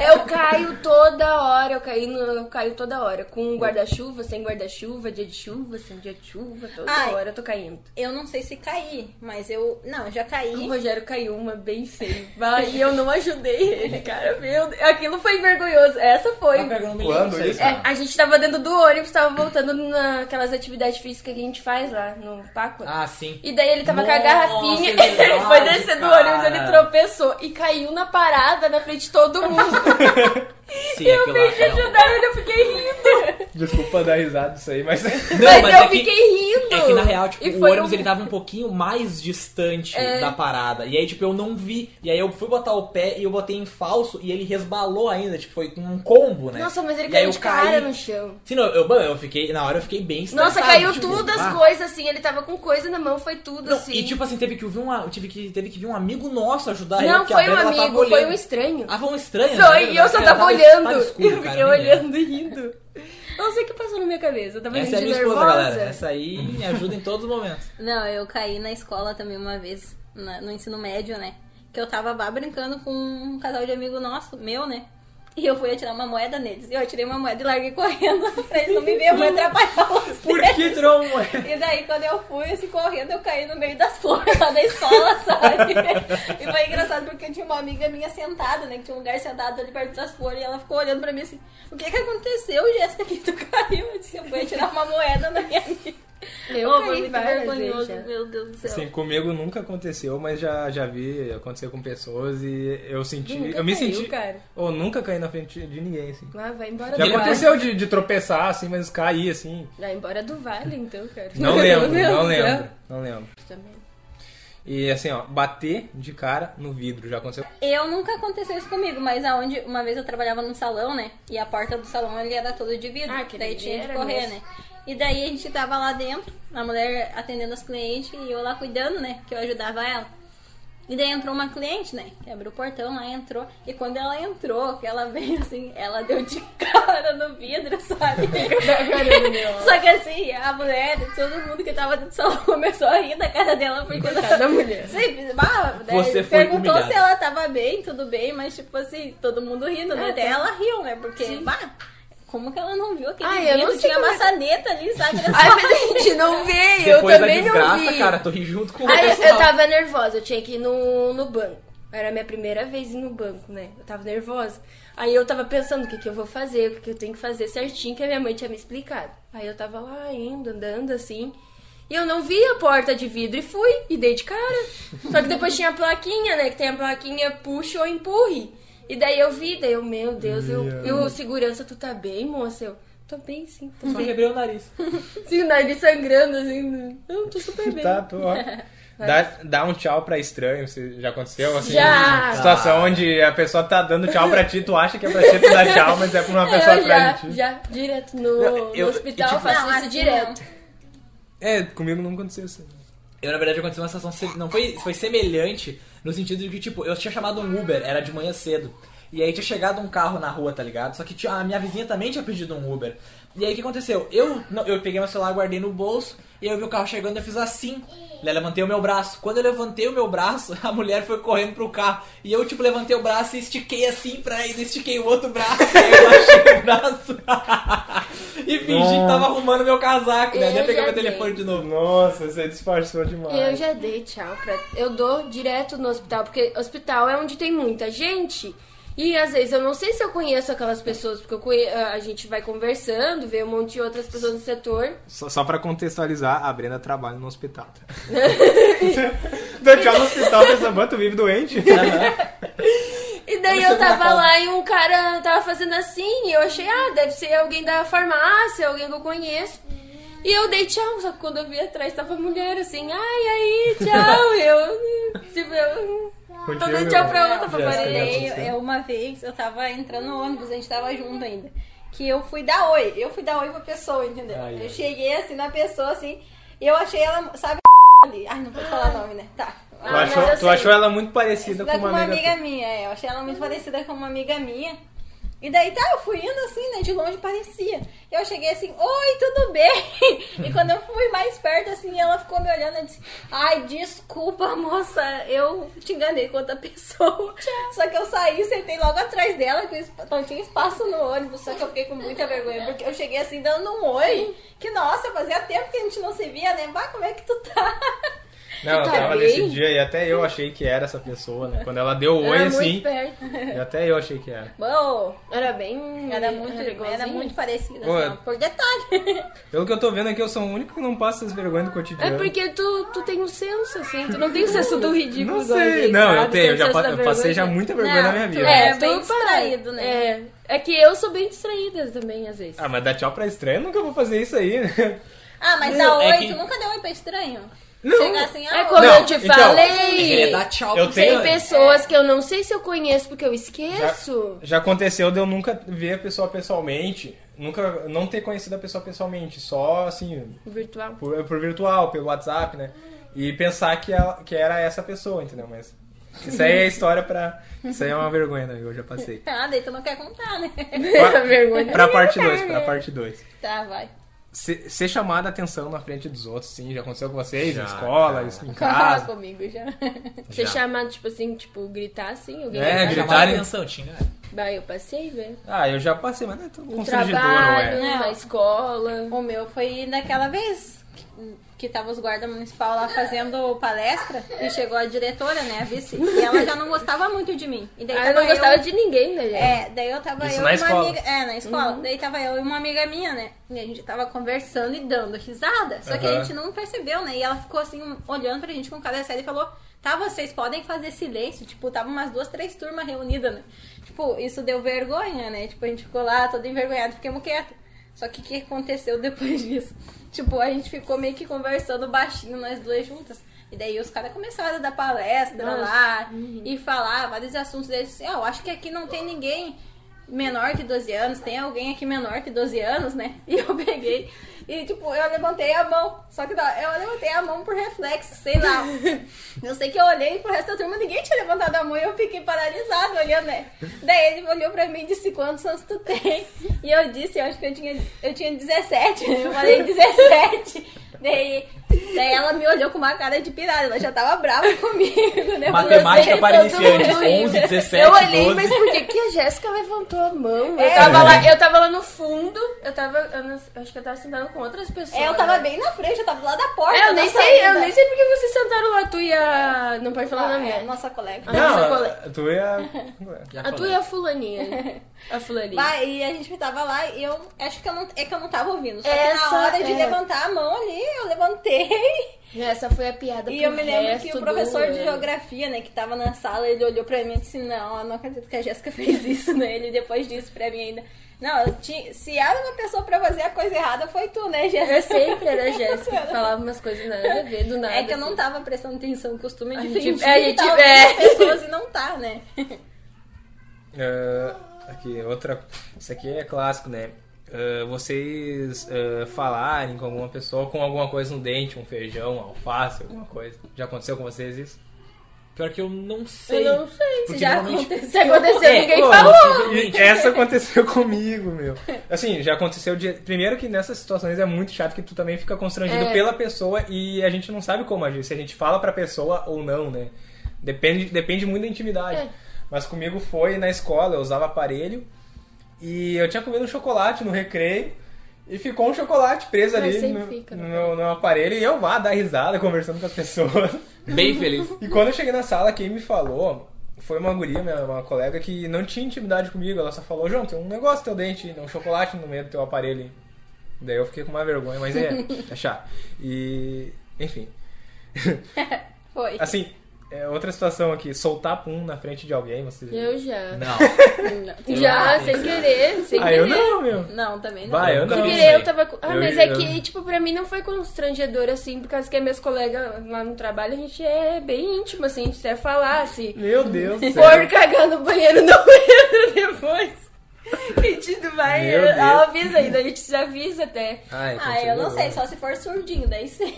Eu caio toda hora, eu caio, no- eu caio toda hora. Com um guarda-chuva, sem guarda-chuva, dia de chuva, sem dia de chuva, toda
Ai.
hora eu tô caindo.
Eu não sei se caí, mas eu. Não, eu já caí.
O Rogério caiu uma bem feia. Vai, e eu não ajudei ele, cara. Meu Deus. Aquilo foi vergonhoso. Essa foi.
Ah, pega, eu não me
Quando
lembro disso aí,
isso?
É,
cara.
a gente tava dentro do ônibus, tava voltando naquelas atividades físicas que a gente faz lá no Paco.
Ah, sim.
E daí ele tava com a
Nossa,
garrafinha,
é verdade,
ele foi descer do
cara.
ônibus, ele tropeçou e caiu na parada na frente de todo mundo.
Sim, é
eu
aquilo lá, um-
fui te
não.
ajudar ele, eu fiquei rindo.
Desculpa dar risada disso aí, mas.
Não,
mas, eu
é que-
fiquei rindo.
É que na real, tipo,
E
o
foi
ônibus
um- É.
ele tava um pouquinho mais distante da parada. E aí, tipo, eu não vi. E aí eu fui botar o pé e eu botei em falso e ele resbalou ainda. Tipo, foi um combo, né?
Nossa, mas ele
E aí
caiu
eu
de cara
caí.
no chão.
Sim, não, eu, bom, eu fiquei. Na hora eu fiquei bem estressado.
Nossa, caiu
tipo,
tudo as
ah.
coisas assim, ele tava com coisa na mão, foi tudo
Não,
assim.
E tipo assim, teve que, vir um, tive que, teve que vir um amigo nosso ajudar ele.
não
porque
foi
a
um
Brenda, ela tava
amigo, foi
olhando.
um estranho.
Ah, foi um estranho? né?
Foi, e eu só
Ela
tava
tava
olhando.
escuro,
eu
cara,
fiquei
nem lembro.
olhando e rindo. Eu não sei o que passou na minha cabeça. Eu tava
Essa
rindo
é a
de
minha esposa,
nervosa.
galera. Essa é aí me ajuda em todos os momentos.
Não, eu caí na escola também uma vez, na- no ensino médio, né? Que eu tava lá brincando com um casal de amigo nosso, meu, né? E eu fui atirar uma moeda neles. E eu atirei uma moeda e larguei correndo pra eles não me verem, eu vou atrapalhar os
Por
dedos.
que tirou uma moeda?
E daí, quando eu fui, assim, correndo, eu caí no meio das flores lá da escola, sabe? E foi engraçado porque eu tinha uma amiga minha sentada, né? Que tinha um lugar sentado ali perto das flores. E ela ficou olhando pra mim assim, o que que aconteceu, Jéssica, que tu caiu? Eu disse, eu fui atirar uma moeda na minha amiga.
Eu
Ô,
caí
foi muito
várias
tá vergonhoso,
vezes já.
meu Deus do céu.
Assim, comigo nunca aconteceu, mas já, já vi acontecer com pessoas e eu senti.
Nunca
eu me
caiu,
senti.
cara.
Ou nunca caí na frente de ninguém, assim.
Ah, vai embora
Já
do vale.
aconteceu de, de tropeçar, assim, mas cair, assim.
Vai embora do vale, então, cara.
Não
Meu
lembro,
Deus
não
do céu.
lembro, não lembro.
Também.
E assim, ó, bater de cara no vidro, já aconteceu.
Eu nunca aconteceu isso comigo, mas aonde uma vez eu trabalhava num salão, né? E a porta do salão ele era toda de vidro,
Ah, que
daí tinha de
doideira
correr,
mesmo.
né? E daí a gente tava lá dentro, a mulher atendendo as clientes e eu lá cuidando, né? Que eu ajudava ela. E daí entrou uma cliente, né? Que abriu o portão lá, entrou. E quando ela entrou, que ela veio assim, ela deu de cara no vidro, sabe? Só que assim, a mulher, todo mundo que tava dentro do salão começou a rir da cara dela, porque
Coitada da mulher.
Sim, bah, né,
Você foi
perguntou
humilhada.
se ela tava bem, tudo bem, mas tipo assim, todo mundo rindo, né?
Ah,
Até
tá.
ela riu, né? Porque, bah, como que ela não viu aquele
Ah, eu não
vidro?
sei
Tinha
como é-
maçaneta ali, sabe? Era
Ai,
só-
mas a gente não veio,
Depois
eu também
da desgraça,
não vi.
cara, tô junto com o
Aí eu-
pessoal.
eu tava nervosa, eu tinha que ir no, no banco. Era a minha primeira vez ir no banco, né? Eu tava nervosa. Aí eu tava pensando o que, que eu vou fazer, o que, que eu tenho que fazer certinho, que a minha mãe tinha me explicado. Aí eu tava lá indo, andando assim. E eu não vi a porta de vidro e fui, e dei de cara. Só que depois tinha a plaquinha, né? Que tem a plaquinha puxa ou empurre. E daí eu vi, daí eu, meu Deus, eu, e o segurança, tu tá bem, moça? Eu, tô bem sim, tô
Só quebrei o nariz.
Sim, o nariz sangrando, assim. Eu né? tô super bem.
Tá, tô, ó. Dá, dá um tchau pra estranho, se já aconteceu? Assim,
Já.
Situação onde a pessoa tá dando tchau pra ti, tu acha que é pra ti, tu dá tchau, mas é pra uma pessoa
eu já,
atrás de ti.
já, direto no,
Não, eu-
no hospital,
e
eu
tipo-
faço
Não,
isso
assim
direto.
É, comigo não aconteceu isso.
Eu, na verdade, aconteceu uma situação. se- Não foi, foi semelhante no sentido de que, tipo, eu tinha chamado um Uber, era de manhã cedo. E aí tinha chegado um carro na rua, tá ligado? Só que tinha- a minha vizinha também tinha pedido um Uber. E aí o que aconteceu? Eu, não- eu peguei meu celular, guardei no bolso, e aí eu vi o carro chegando eu fiz assim. Daí levantei o meu braço. Quando eu levantei o meu braço, a mulher foi correndo pro carro. E eu, tipo, levantei o braço e estiquei assim pra ir, estiquei o outro braço, e aí eu achei o braço. e fingi que tava arrumando meu casaco, né?
Eu
Daí eu peguei
já
meu
dei.
telefone de novo.
Nossa, você disfarçou demais.
Eu já dei tchau pra. Eu dou direto no hospital, porque hospital é onde tem muita gente. E às vezes eu não sei se eu conheço aquelas pessoas, porque eu conhe- a a gente vai conversando, vê um monte de outras pessoas do setor.
Só, só pra contextualizar, a Brenda trabalha no hospital. tá? Dá tchau no hospital, pensa, "Bah, tu vive doente?
E daí
Isso
eu
é uma
tava
fala.
lá e um cara tava fazendo assim, e eu achei, ah, deve ser alguém da farmácia, alguém que eu conheço. E eu dei tchau, só que quando eu vi atrás tava a mulher assim, ai, aí, tchau. E eu, tipo, eu, eu dei tchau pra outra, pra
Jéssica,
parede.
Eu, eu uma vez, eu tava entrando no ônibus, a gente tava junto ainda. Que eu fui dar oi. Eu fui dar oi pra pessoa, entendeu?
Ai, ai.
eu cheguei assim na pessoa, assim, e eu achei ela, sabe, ali. Ai, não vou falar nome, né? Tá.
Tu,
Ah,
achou,
mas eu
tu
sei.
achou ela muito parecida
Ela
com uma amiga.
minha, é. Eu achei ela muito parecida com uma amiga minha. E daí tá, eu fui indo assim, né? De longe parecia. Eu cheguei assim, oi, tudo bem? E quando eu fui mais perto, assim, ela ficou me olhando e disse, ai, desculpa, moça, eu te enganei com outra pessoa. Só que eu saí, sentei logo atrás dela, que eu esp- não tinha espaço no ônibus, só que eu fiquei com muita vergonha, porque eu cheguei assim, dando um oi, que nossa, fazia tempo que a gente não se via, né? Vá, como é que tu tá?
Não, eu
Tu tá
tava
bem?
nesse dia e até eu achei que era essa pessoa, né? Quando ela deu oi
Era
assim,
muito perto.
e até eu achei que era.
Bom,
Era bem.
era muito, era
igualzinho.
muito parecida,
Ô,
assim, ó, por detalhe.
Pelo que eu tô vendo aqui, eu sou o único que não passa as vergonhas do
É
cotidiano.
porque tu, tu tem um senso, assim, tu não tem o senso do ridículo.
Não
igual a
sei,
gente,
não, eu tenho,
sabe? Tem
eu
o
já
senso
pa-
da
eu passei
vergonha.
já muita vergonha
Não,
na minha
tu
vida.
É,
É,
tu
bem
para.
distraído, né?
É. É que eu sou bem distraída também, às vezes.
Ah, mas dar tchau pra estranho, eu nunca vou fazer isso aí, né?
Ah, mas
Não,
dá
é
oi,
que-
tu nunca deu oi pra estranho?
Não.
Chegar assim, ah,
É
oi.
como
Não,
eu te
então,
falei.
Queria dar tchau
Eu
pro
tenho-
Tem
senhor.
pessoas que eu não sei se eu conheço porque eu esqueço.
Já aconteceu de eu nunca ver a pessoa pessoalmente, nunca não ter conhecido a pessoa pessoalmente, só assim,
Virtual.
por, por virtual, pelo WhatsApp, né? E pensar que, ela, que era essa pessoa, entendeu? Mas isso aí é história pra. Isso aí é uma vergonha, né? Eu já passei.
Ah, daí tu não quer contar, né?
Pra,
É vergonha.
pra parte 2, pra parte 2.
tá, vai.
Ser, ser chamada a atenção na frente dos outros, sim, já aconteceu com vocês, na
Já,
escola,
já.
isso
Tá.
em
Fala
casa.
comigo já.
Já.
Ser chamado, tipo assim, tipo, gritar assim, alguém
É,
gritar.
gritar.
Chamaram atenção, tinha.
Bah, eu passei, velho.
Ah, eu já passei, mas não é tão
No
constrangedor, ué.
é?
trabalho, na
Não.
escola.
O meu foi naquela vez que, que tava os guarda municipal lá fazendo palestra e chegou a diretora, né, a vice, e ela já não gostava muito de mim. E daí
Ah,
tava
eu não gostava
eu-
de ninguém, né? gente?
É, daí eu tava
Isso
eu
na
e uma
escola.
amiga. É, na escola. Daí tava eu e uma amiga minha, né? E a gente tava conversando e dando risada. Só que
Aham.
a gente não percebeu, né? E ela ficou assim, olhando pra gente com cara séria e falou: tá, vocês podem fazer silêncio. Tipo, tava umas duas, três turmas reunidas, né? Tipo, isso deu vergonha, né? Tipo, a gente ficou lá todo envergonhado, ficamos quietos. Só que o que aconteceu depois disso? Tipo, a gente ficou meio que conversando baixinho, nós duas juntas. E daí os caras começaram a dar palestra
Nossa.
lá e falar vários assuntos deles. Assim, "Ah, eu acho que aqui não tem ninguém menor que 12 anos, tem alguém aqui menor que 12 anos, né? E eu peguei e, tipo, eu levantei a mão. Só que não, eu levantei a mão por reflexo, sei lá. Eu sei que eu olhei pro resto da turma, ninguém tinha levantado a mão e eu fiquei paralisada olhando, né? Daí ele olhou pra mim e disse, quantos anos tu tem? E eu disse, eu acho que eu tinha, eu tinha 17, né? eu falei 17. Daí, daí ela me olhou com uma cara de pirada, ela já tava brava comigo, né?
Matemática
Falou,
para
"Todo
iniciantes,
mundo ia."
11, 17,
Eu olhei,
12.
mas por que, que a Jéssica levantou a mão? Eu
É.
tava, lá, eu tava lá no fundo, eu tava. Eu não- eu acho que eu tava sentada com outras pessoas.
É, eu tava
né?
bem na frente, eu tava lá da porta.
É, eu nem sei, eu nem
sei
sei porque vocês sentaram lá, tu e a. Não pode falar nome, né?
É, nossa colega.
Ah. Nossa,
Não,
colega.
tu ia.
Já
A Ah, tu é
falei.
e a fulaninha. A fulaninha.
Vai, e a gente tava lá e eu acho que eu não, é que eu não tava ouvindo. Só que
Essa
na hora de
é.
levantar a mão ali, eu levantei
Essa foi a piada
E
pro
eu me lembro que
resto
o professor
do
de
ano.
geografia, né, que tava na sala, ele olhou pra mim e disse, não, eu não acredito que a Jéssica fez isso, né? Ele depois disse pra mim ainda, não, eu ti- se há uma pessoa pra fazer a coisa errada, foi tu, né,
Eu
Jéssica?
sempre era a Jéssica que falava umas coisas nada a ver, do nada.
É que eu
assim.
não tava prestando atenção, costume
A
de
gente-
fingir
é, a
que
gente-
tá ouvindo
é.
as pessoas e não tá, né?
Ah, aqui, outra. Isso aqui é clássico, né? Ah, vocês ah, falarem com alguma pessoa com alguma coisa no dente, um feijão, um alface, alguma coisa. Já aconteceu com vocês isso?
Pior que eu não sei.
Eu não sei.
Se
Porque
já
normalmente-
Se
aconteceu.
aconteceu,
É,
ninguém
pô,
falou.
possivelmente.
Essa aconteceu comigo, meu. Assim, já aconteceu de. Primeiro que nessas situações é muito chato que tu também fica constrangido
É.
pela pessoa e a gente não sabe como agir, se a gente fala pra pessoa ou não, né? Depende, depende muito da intimidade.
É.
Mas comigo foi na escola, eu usava aparelho e eu tinha comido um chocolate no recreio. E ficou um chocolate preso
Mas
ali
sempre
no,
fica, né?
no- no aparelho e eu vá dar risada conversando com as pessoas.
Bem feliz.
E quando eu cheguei na sala, quem me falou foi uma guria, minha, uma colega, que não tinha intimidade comigo. Ela só falou, João, tem um negócio no teu dente, um chocolate no meio do teu aparelho. aí." Daí eu fiquei com uma vergonha, mas é, é chato. E, enfim.
Foi.
Assim, é outra situação aqui, soltar pum na frente de alguém, você...
Eu já.
Não. Eu
Já,
não
sem querer, sem
ah,
querer.
eu não, meu.
Não, também não.
Vai, eu
Nunca
Sem
não.
fiz.
querer, eu tava. com- Ah,
Eu-
mas é
eu-
que, tipo, pra mim não foi constrangedor, assim, por causa que minhas colegas lá no trabalho, a gente é bem íntimo, assim, a gente quer falar, assim.
Meu Deus do
Por
céu.
cagar no banheiro não entra depois. E tudo vai,
Meu Deus.
ela avisa ainda, a gente já avisa até.
Ai,
Ah, eu não
continua.
sei, só se for surdinho, daí sim.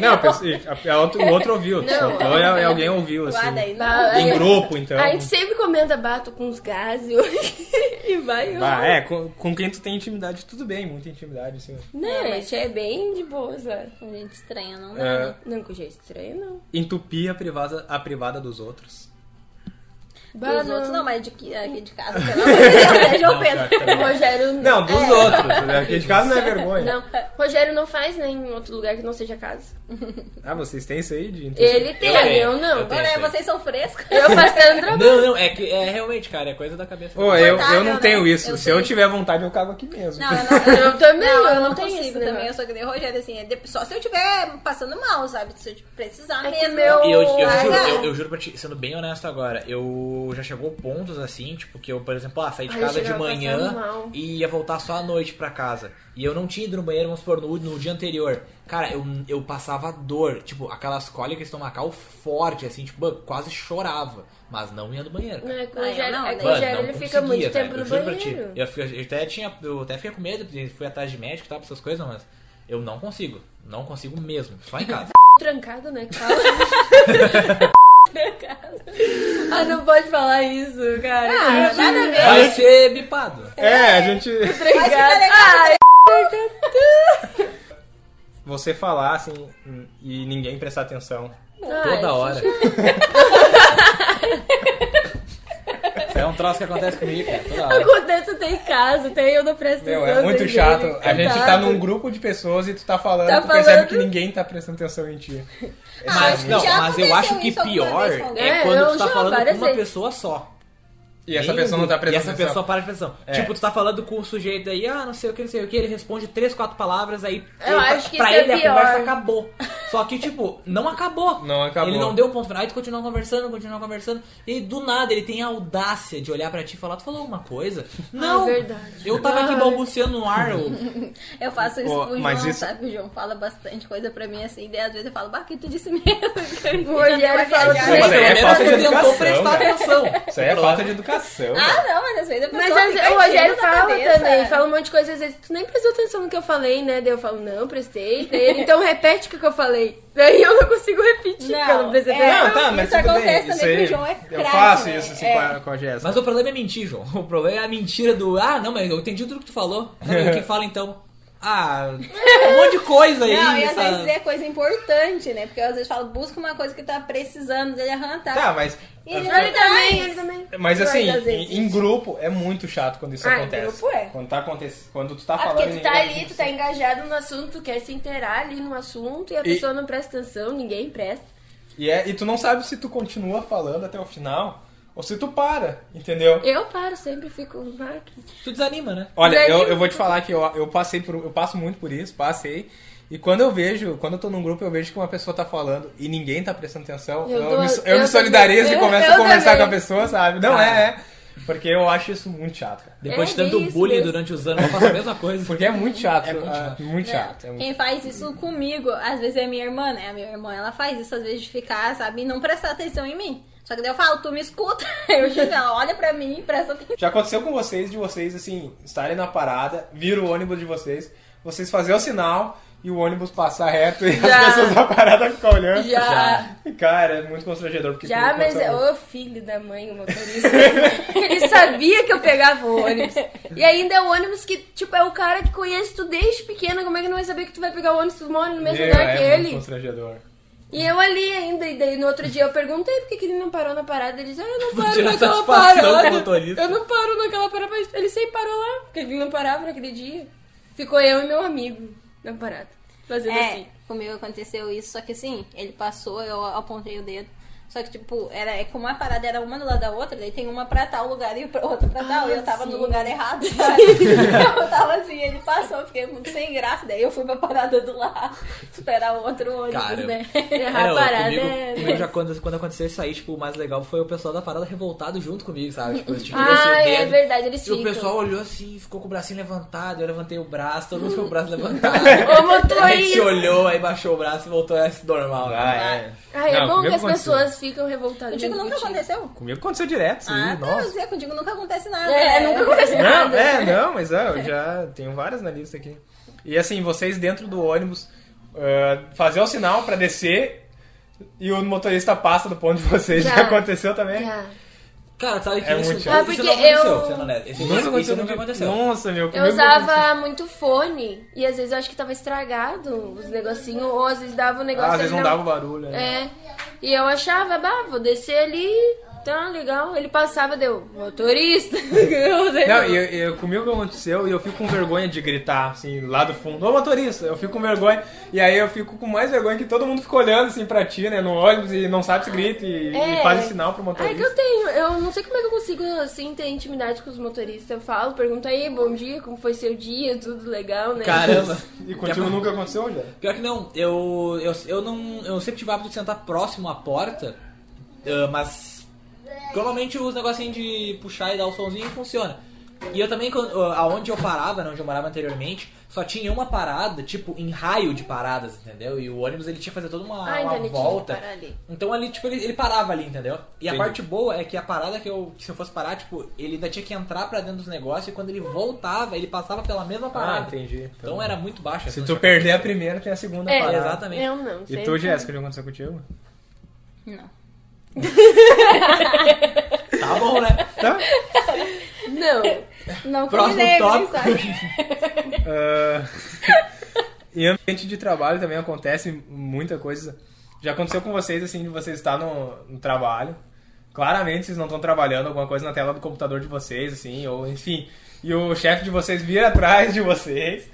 Não, a- a- a outro- o outro ouviu, tu
Não.
soltou e a- e alguém ouviu, assim.
Lá daí não.
Bah,
Em
aí-
grupo, então.
A gente sempre comenta bato com os gases e vai.
Ah,
ó.
é, com, com quem tu tem intimidade, tudo bem, muita intimidade, assim.
Não, a gente é bem de boas lá.
Gente estranha, não dá. né?
É,
Não, que eu já estranho, não.
entupir a privada, a privada dos outros.
Bah,
Os outros não, mas de, que- é, aqui de casa, pelo amor de Deus, né, João Pedro?
O Rogério
Não,
É.
dos outros. né? Aqui de casa não é vergonha.
Não, Rogério não faz né, em outro lugar que não seja casa.
Ah, vocês têm isso aí de entupir?
Ele tem, eu,
tenho,
não.
eu
Eu,
tenho.
Olha, vocês são frescos.
faço tantra.
Não, não, é que é realmente, cara, é coisa da cabeça.
Ô, eu, eu
Confortável,
não
né?
tenho isso.
Eu
Se
tenho.
eu tiver vontade, eu cago aqui mesmo.
Não, eu não,
Eu também,
não,
eu não tenho
consigo
isso, né?
também. Eu sou que nem o Rogério, assim, é de- só se eu estiver passando mal, sabe? Se eu precisar
É que
mesmo.
meu-
E eu, eu,
Ah,
juro,
não.
eu, eu juro pra ti, sendo bem honesto agora, eu já chegou pontos assim, tipo, que eu, por exemplo, ah, saí de
Ai, eu
casa de
chegava passando
manhã
mal.
e ia voltar só à noite pra casa. E eu não tinha ido no banheiro, vamos supor, no, no dia anterior. Cara, eu, eu passava dor, tipo, aquelas cólicas estomacal forte, assim, tipo, eu quase chorava. Mas não ia no banheiro.
Não,
cara.
é que o Rogério,
Mano,
é que o
Ah, não
Rogério, ele fica
conseguia,
muito
velho,
tempo
eu
no
juro pra ti.
banheiro.
Eu, fiquei- eu até tinha, eu até fiquei com medo, porque fui atrás de médico e tal, pra essas coisas, mas eu não consigo. Não consigo mesmo, só em casa.
Trancado, né? que fala? ah, não pode falar isso, cara.
Ah, nada a ver.
Vai ser bipado.
É, a gente.
Mas fica
Trancado.
legal.
Você falar assim e ninguém prestar atenção.
Ai,
Toda hora. é um troço que acontece comigo, cara, toda hora.
Acontece até em casa, até eu não presto
Meu,
atenção.
é muito
sem
chato.
querer.
A gente tá
Coitado.
num grupo de pessoas e tu tá falando,
Tá
tu percebe
falando.
que ninguém tá prestando atenção em ti. É
Ah,
chato,
acho
Mas,
muito
que
não,
já
mas eu
aconteceu
acho que
isso alguma
pior
vez com alguém.
é
É,
quando
eu
tu tá
já,
falando com
várias
uma
vezes.
pessoa só.
E essa
Nem-
pessoa não tá
E
prestando
essa
atenção.
pessoa para de atenção.
É.
Tipo, tu tá falando com o sujeito aí, ah, não sei o que, não sei o que, ele responde três, quatro palavras, aí
Eu
ele-
acho que
pra
isso é
ele a
pior.
conversa acabou. Só que, tipo, não acabou.
Não acabou.
Ele não deu o ponto final, aí tu continua conversando, continua conversando, e aí, do nada ele tem a audácia de olhar pra ti e falar, tu falou alguma coisa? Não,
Ah, verdade. Ah.
eu tava aqui
Ai.
balbuciando no ar, eu...
Eu faço isso
Pô,
com o João,
mas isso-
sabe? O João fala bastante coisa pra mim assim, daí às vezes eu falo, bah, que tu disse mesmo.
O Rogério fala
Mas
Mas
isso aí é
pelo menos
falta
tu
de
tentou
educação.
prestar
cara.
atenção.
Isso aí é falta de educação.
Ah, não, mas às vezes a
Mas
pessoa
às
fica
vezes o Rogério
enchendo sua
fala
cabeça.
também, fala um monte de coisa, às vezes tu nem prestou atenção no que eu falei, né? Daí eu falo, não, prestei. Daí ele, então repete o que eu falei. Daí eu não consigo repetir, porque eu não prestei
é,
atenção.
Não, tá, mas
isso
tudo
acontece
bem.
também
isso
que
aí,
o João é
Eu
craque,
faço
né?
isso assim,
É.
com a- com a Jéssica.
Mas o problema é mentir, João. O problema é a mentira do. Ah, não, mas eu entendi tudo que tu falou. Tá bem, quem fala então? Ah, um monte de coisa aí.
Não, e às
sabe?
vezes é coisa importante, né? Porque eu às vezes falo, busca uma coisa que tá precisando dele arrancar.
Tá, mas.
E ele
Ele
vai
também, ele também.
Mas
Mas,
assim,
às vezes-
em, em grupo é muito chato quando isso
Ah, em
acontece.
grupo é.
Quando, tá aconte- quando tu tá
Ah,
falando.
porque
e
tu tá
ninguém- assim.
ali, tu tá engajado no assunto, tu quer se inteirar ali no assunto e a
E-
pessoa não presta atenção, ninguém presta.
E, é- e tu não sabe se tu continua falando até o final ou se tu para, entendeu?
Eu paro, sempre fico. "Ah, que
Tu desanima, né?
Olha,
Daí-
eu, eu vou te falar que eu, eu passei por. Eu passo muito por isso, passei. E E quando eu vejo, quando eu tô num grupo, eu vejo que uma pessoa tá falando e ninguém tá prestando atenção, eu,
Eu dou-
me, so- eu me
eu também.
solidarizo e
Eu-
começo a
eu
conversar
também. Ah.
com a pessoa, sabe? Não,
Cara.
é, é. Porque eu acho isso muito chato, cara.
Depois
É
de tanto
isso
bullying
mesmo.
durante os anos, eu faço a mesma coisa.
Porque é muito chato.
É muito
ah,
chato.
muito chato, é
Não,
Né?
muito-
Quem faz isso comigo, às vezes é minha irmã, né? A minha irmã, ela faz isso às vezes de ficar, sabe, e não prestar atenção em mim. Só que daí eu falo, tu me escuta, eu digo, ela olha pra mim e presta atenção.
Já aconteceu com vocês, de vocês, assim, estarem na parada, vir o ônibus de vocês, vocês fazerem o sinal e o ônibus passar reto e
Já.
as pessoas na parada ficam olhando.
Já.
Cara, é muito constrangedor. Porque
Já,
comigo
mas
aconteceu
é o filho da mãe, o motorista. ele sabia que eu pegava o ônibus. E ainda é o ônibus que, tipo, é o cara que conhece tu desde pequena. Como é que não vai saber que tu vai pegar o ônibus tu mora no mesmo
Meu,
lugar
é
que
muito
ele?
constrangedor.
E eu ali ainda, e daí no outro dia eu perguntei por que que ele não parou na parada. Ele disse, ah, eu não paro
tirar
naquela
satisfação com o
parada.
motorista.
Eu não paro naquela parada. mas Ele sempre parou lá, porque ele não parava naquele dia. Ficou eu e meu amigo na parada, fazendo
É,
assim.
comigo aconteceu isso, só que assim, ele passou, eu apontei o dedo. Só que, tipo, era, é como a parada era uma do lado da outra, daí tem uma pra tal lugar e pra outra pra tal, e eu tava no
sim.
lugar errado, sabe? eu tava assim, ele passou, eu fiquei muito sem graça, daí eu fui pra parada do lado, esperar o outro ônibus,
Cara,
né?
Errar a
não,
parada
comigo,
é...
comigo já quando, quando aconteceu isso aí, tipo, o mais legal foi o pessoal da parada revoltado junto comigo, sabe? Tipo, eu tive esse
Ah, é
dedo,
verdade, então. eles
E o
ficam.
pessoal olhou assim, ficou com o bracinho levantado, eu levantei o braço, todo mundo ficou com o braço levantado.
Ô,
a gente se
motorista!
olhou, aí baixou o braço e voltou a se normal. né?
Ah, é.
Ah, é
Não,
bom que
comigo
as
aconteceu.
pessoas ficam revoltadas.
Contigo nunca
contigo.
aconteceu?
Comigo aconteceu direto, sim.
ah, tá,
nossa.
Zé, contigo nunca acontece nada.
É,
né?
nunca aconteceu
Não,
nada.
é, não, mas é, eu já tenho várias na lista aqui. E assim, vocês dentro do ônibus, ah, fazer o sinal pra descer e o motorista passa do ponto de vocês. Já,
Já.
aconteceu também?
Já.
Cara, sabe que
É
isso,
muito
isso
chato.
Ah, porque
não aconteceu,
eu-
sendo honesto. Isso,
Nunca
isso
aconteceu
nunca
comigo.
aconteceu.
Nosa, meu.
Eu
comigo aconteceu.
usava muito fone e às vezes eu acho que tava estragado os negocinhos, ou às vezes dava um negócio.
Ah, às vezes
ali
não
na-
dava o barulho. né?
É. E eu achava, bah, vou descer ali, tá legal. Ele passava, deu, motorista. Eu sei
Não,
não.
e eu, eu, comigo aconteceu e eu fico com vergonha de gritar, assim, lá do fundo. Ô motorista, eu fico com vergonha. E aí eu fico com mais vergonha que todo mundo fica olhando, assim, pra ti, né, no ônibus e não sabe se grita e,
É.
e faz sinal pro
Ah, é que
motorista.
eu tenho, eu não sei como é que eu consigo, assim, ter intimidade com os motoristas. Eu falo, pergunto aí, bom dia, como foi seu dia, tudo legal, né?
Caramba. Ah,
E contigo nunca aconteceu,
Ah,
já?
Pior que não, eu, eu, eu não. Eu sempre tive o hábito de sentar próximo à porta, ah, mas. Normalmente os negocinhos de puxar e dar o somzinho funciona. E eu também, quando- ah, aonde eu parava, né, onde eu morava anteriormente, só tinha uma parada, tipo, em raio de paradas, entendeu? E o ônibus ele tinha que fazer toda uma,
Ah, então
uma
ele tinha que
volta.
parar ali.
Então ali, tipo, ele, ele parava ali, entendeu? E a
Entendi.
parte boa é que a parada que eu, que se eu fosse parar, tipo, ele ainda tinha que entrar pra dentro dos negócios e quando ele voltava, ele passava pela mesma parada.
Ah, entendi.
Então era muito baixa.
é, Se
essa
tu
chance.
perder a primeira, tem a segunda
É,
parada.
exatamente.
Eu não,
E
sempre-
tu, Jéssica, já aconteceu contigo?
Não.
Tá bom, né?
Tá.
Não.
Não que
Próximo
me lembre,
tópico.
sabe?
Ah, em ambiente de trabalho também acontece muita coisa. Já aconteceu com vocês, assim, de vocês estar no, no trabalho. Claramente vocês não estão trabalhando alguma coisa na tela do computador de vocês, assim, ou enfim. E o chefe de vocês vira atrás de vocês.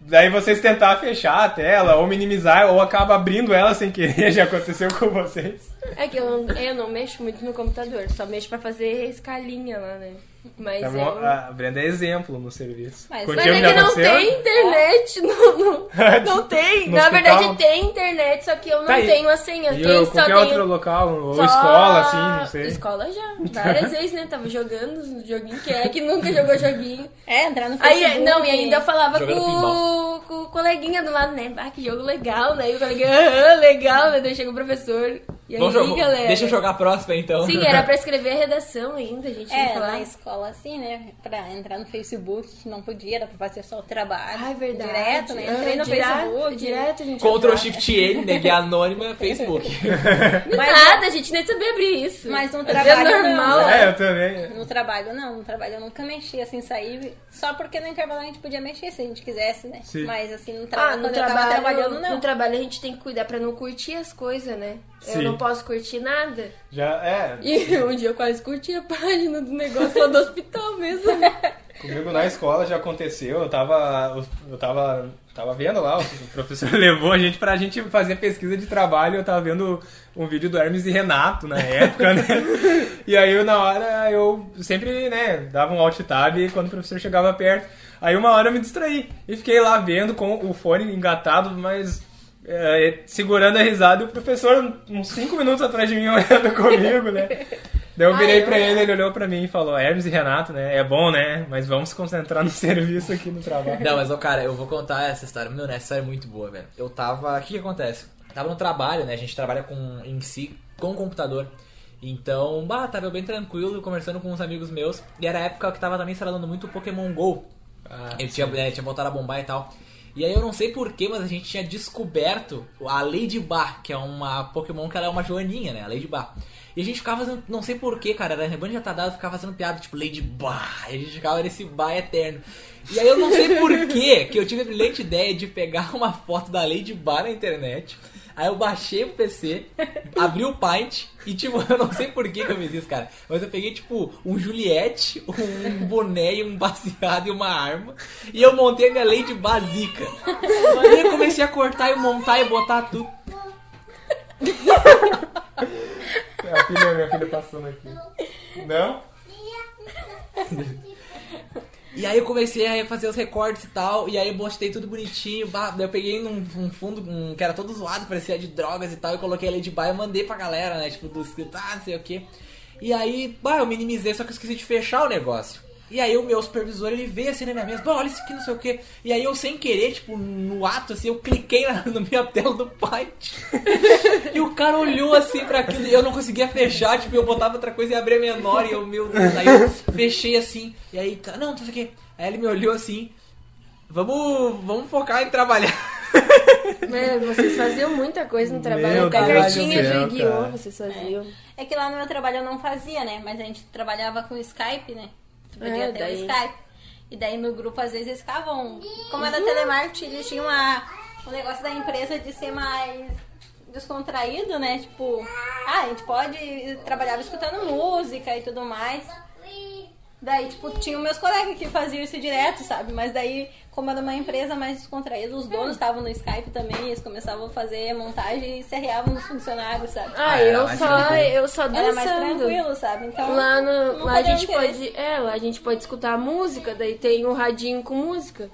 Daí vocês tentar fechar a tela, ou minimizar, ou acaba abrindo ela sem querer. Já aconteceu com vocês.
É que eu não, eu não mexo muito no computador, só mexo pra fazer escalinha lá, né? Mas
Tá
eu...
ah,
bom? A Brenda é exemplo no serviço.
Mas-
Mas
Contigo
é
já
que não
aconteceu?
tem internet, não, não, não tem.
É, tipo, No
Na
hospital?
verdade tem internet, só que eu não
Tá, e-
tenho a senha.
E
Tem,
eu,
só
qualquer
tenho...
outro local, ou
só-
escola, assim, não sei.
Escola já, várias vezes, né? Tava jogando no joguinho, que é que nunca jogou joguinho.
É, entrar no
Aí,
Facebook.
não, e ainda eu falava
Jogando
com,
pinball.
com o coleguinha do lado, né? Ah, que jogo legal, né? E o coleguinha, aham, legal, né? Daí chega o professor. E aí,
Vamos
um
jogar-
galera?
Deixa eu jogar a próxima então.
Sim, é, era pra escrever a redação ainda, a gente ia
É,
falar.
na escola assim, né? Pra entrar no Facebook, não podia, era pra fazer só o trabalho.
Ah, é verdade.
Direto, né? Entrei no
Ah, direto,
Facebook.
Direto, a gente.
Ctrl Shift N, neguei anônima, Facebook.
Do
Mas-
nada, a gente nem sabia abrir isso.
Mas no
É
trabalho
normal.
não.
É, eu também.
No trabalho não, no trabalho eu nunca mexi, assim, saí só porque no intervalo a gente podia mexer se a gente quisesse, né?
Sim.
Mas assim, no
Ah,
trabalho,
no
quando
trabalho,
eu tava trabalhando, não.
no trabalho a gente tem que cuidar pra não curtir as coisas, né?
Sim.
Eu não posso curtir nada.
Já, é,
E um dia eu quase curti a página do negócio lá do hospital mesmo.
Comigo na escola já aconteceu, eu tava. Eu tava Tava vendo lá, o professor levou a gente pra gente fazer pesquisa de trabalho. Eu tava vendo um vídeo do Hermes e Renato na época, né? E aí eu, na hora eu sempre, né, dava um alt tab quando o professor chegava perto. Aí uma hora eu me distraí e fiquei lá vendo com o fone engatado, mas é, segurando a risada e o professor uns 5 minutos atrás de mim olhando comigo, né? Daí eu
Ah,
virei
eu-
pra ele, ele olhou pra mim e falou: Hermes e Renato, né? É bom, né? Mas vamos se concentrar no serviço aqui no trabalho.
Não, mas, ó, cara, eu vou contar essa história. Meu, né, essa história é muito boa, velho. Eu tava... O que que acontece? Tava no trabalho, né? A gente trabalha com, em si, com computador. Então, bah, tava eu bem tranquilo, conversando com uns amigos meus. E era a época que tava também instalando muito Pokémon GO. eu tinha, né, tinha voltado a bombar e tal. E aí eu não sei porquê, mas a gente tinha descoberto a Lady Bar, que é uma Pokémon que ela é uma joaninha, né? A Lady Bar. E a gente ficava fazendo, não sei porquê, cara, era rebande já tá dado, ficava fazendo piada, tipo, Lady Bar. E a gente ficava nesse bar eterno. E aí eu não sei porquê que eu tive a brilhante ideia de pegar uma foto da Lady Bar na internet. Aí eu baixei o PC, abri o Paint e, tipo, eu não sei por que que eu fiz isso, cara. Mas eu peguei, tipo, um Juliette, um boné e um baseado e uma arma. E eu montei a minha lei de basica. Aí eu comecei a cortar e montar e botar tudo.
É A filha, minha filha passando aqui. Não?
E aí eu comecei a fazer os recortes e tal, e aí eu postei tudo bonitinho, bah, daí eu peguei num, num fundo um, que era todo zoado, parecia de drogas e tal, e coloquei a Lady Bar e mandei pra galera, né, tipo, do escrito, ah, não sei o quê. E aí, bah, eu minimizei, só que eu esqueci de fechar o negócio. E aí o meu supervisor, ele veio assim na minha mesa, bah, olha isso aqui, não sei o quê. E aí eu, sem querer, tipo, no ato, assim, eu cliquei na, na minha tela do Paint. E o cara olhou assim pra aquilo e eu não conseguia fechar, tipo, eu botava outra coisa e abria a menor e eu, meu Deus, aí eu fechei assim. E aí, cara, não, não sei o quê. Aí ele me olhou assim, vamos, vamos focar em trabalhar.
Mano, vocês faziam muita coisa no trabalho.
Meu
Até
Deus
cartinha
do céu,
de guion
cara.
vocês faziam.
É que lá no meu trabalho eu não fazia, né? Mas a gente trabalhava com Skype, né? Tu podia
É,
ter
daí.
o Skype. E daí no grupo, às vezes, eles ficavam. um. Como
Uhum.
era telemarketing, eles tinham uma, o negócio da empresa de ser mais descontraído, né? Tipo, ah, a gente pode. Trabalhava escutando música e tudo mais. Daí, tipo, tinha meus colegas que faziam isso direto, sabe? Mas daí, como era uma empresa mais descontraída, os
Hum.
donos estavam no Skype também, eles começavam a fazer montagem e se arreavam nos funcionários, sabe?
Ah,
é,
era
eu
mais
só,
tranquilo.
eu só
Era mais
dançando.
tranquilo, sabe? Então,
Lá,
não
no, lá a
teria
gente
interesse.
pode. É, lá a gente pode escutar a música, daí tem um radinho com música.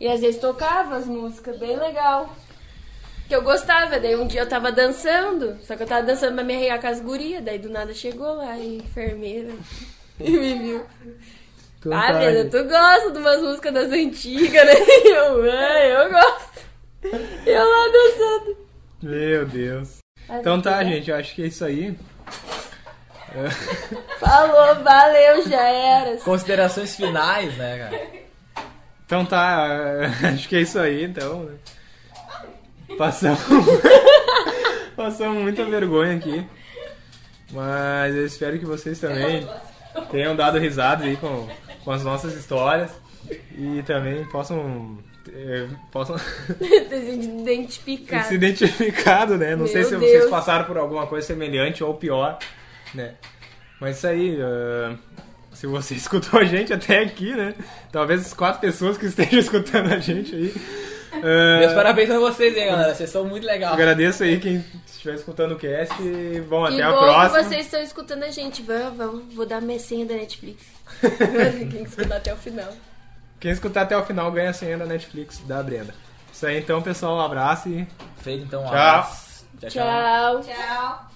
E às vezes tocava as músicas, bem legal. Que eu gostava, daí um dia eu tava dançando, só que eu tava dançando pra me arrear com as gurias, daí do nada chegou lá a enfermeira e me viu. ah, Brenda, tu gosta de umas músicas das antigas, né? E Eu, "Ah, eu gosto. E eu lá dançando.
Meu Deus. Então tá, gente, eu acho que é isso aí.
Falou, valeu, já era.
Considerações finais, né, cara?
Então tá, acho que é isso aí, então. né? Passamos. Passamos muita vergonha aqui. Mas eu espero que vocês também tenham dado risada aí com, com as nossas histórias. E também possam. eh, possam
Identificado.
se identificado, né? Não sei
Meu
se vocês
Deus.
passaram por alguma coisa semelhante ou pior, né? Mas isso aí, ah, se você escutou a gente até aqui, né? Talvez as quatro pessoas que estejam escutando a gente aí. ah,
Meus parabéns pra vocês, hein, galera. Vocês são muito legais.
Agradeço aí quem estiver escutando o cast e bom,
Que
até a
bom
próxima.
que vocês estão escutando a gente. Vamos, vamos. Vou dar minha senha da Netflix. Quem escutar até o final.
Quem escutar até o final ganha a senha da Netflix da Brenda. Isso aí então, pessoal, um abraço e
Feito, então, um
Tchau.
abraço.
Tchau.
Tchau.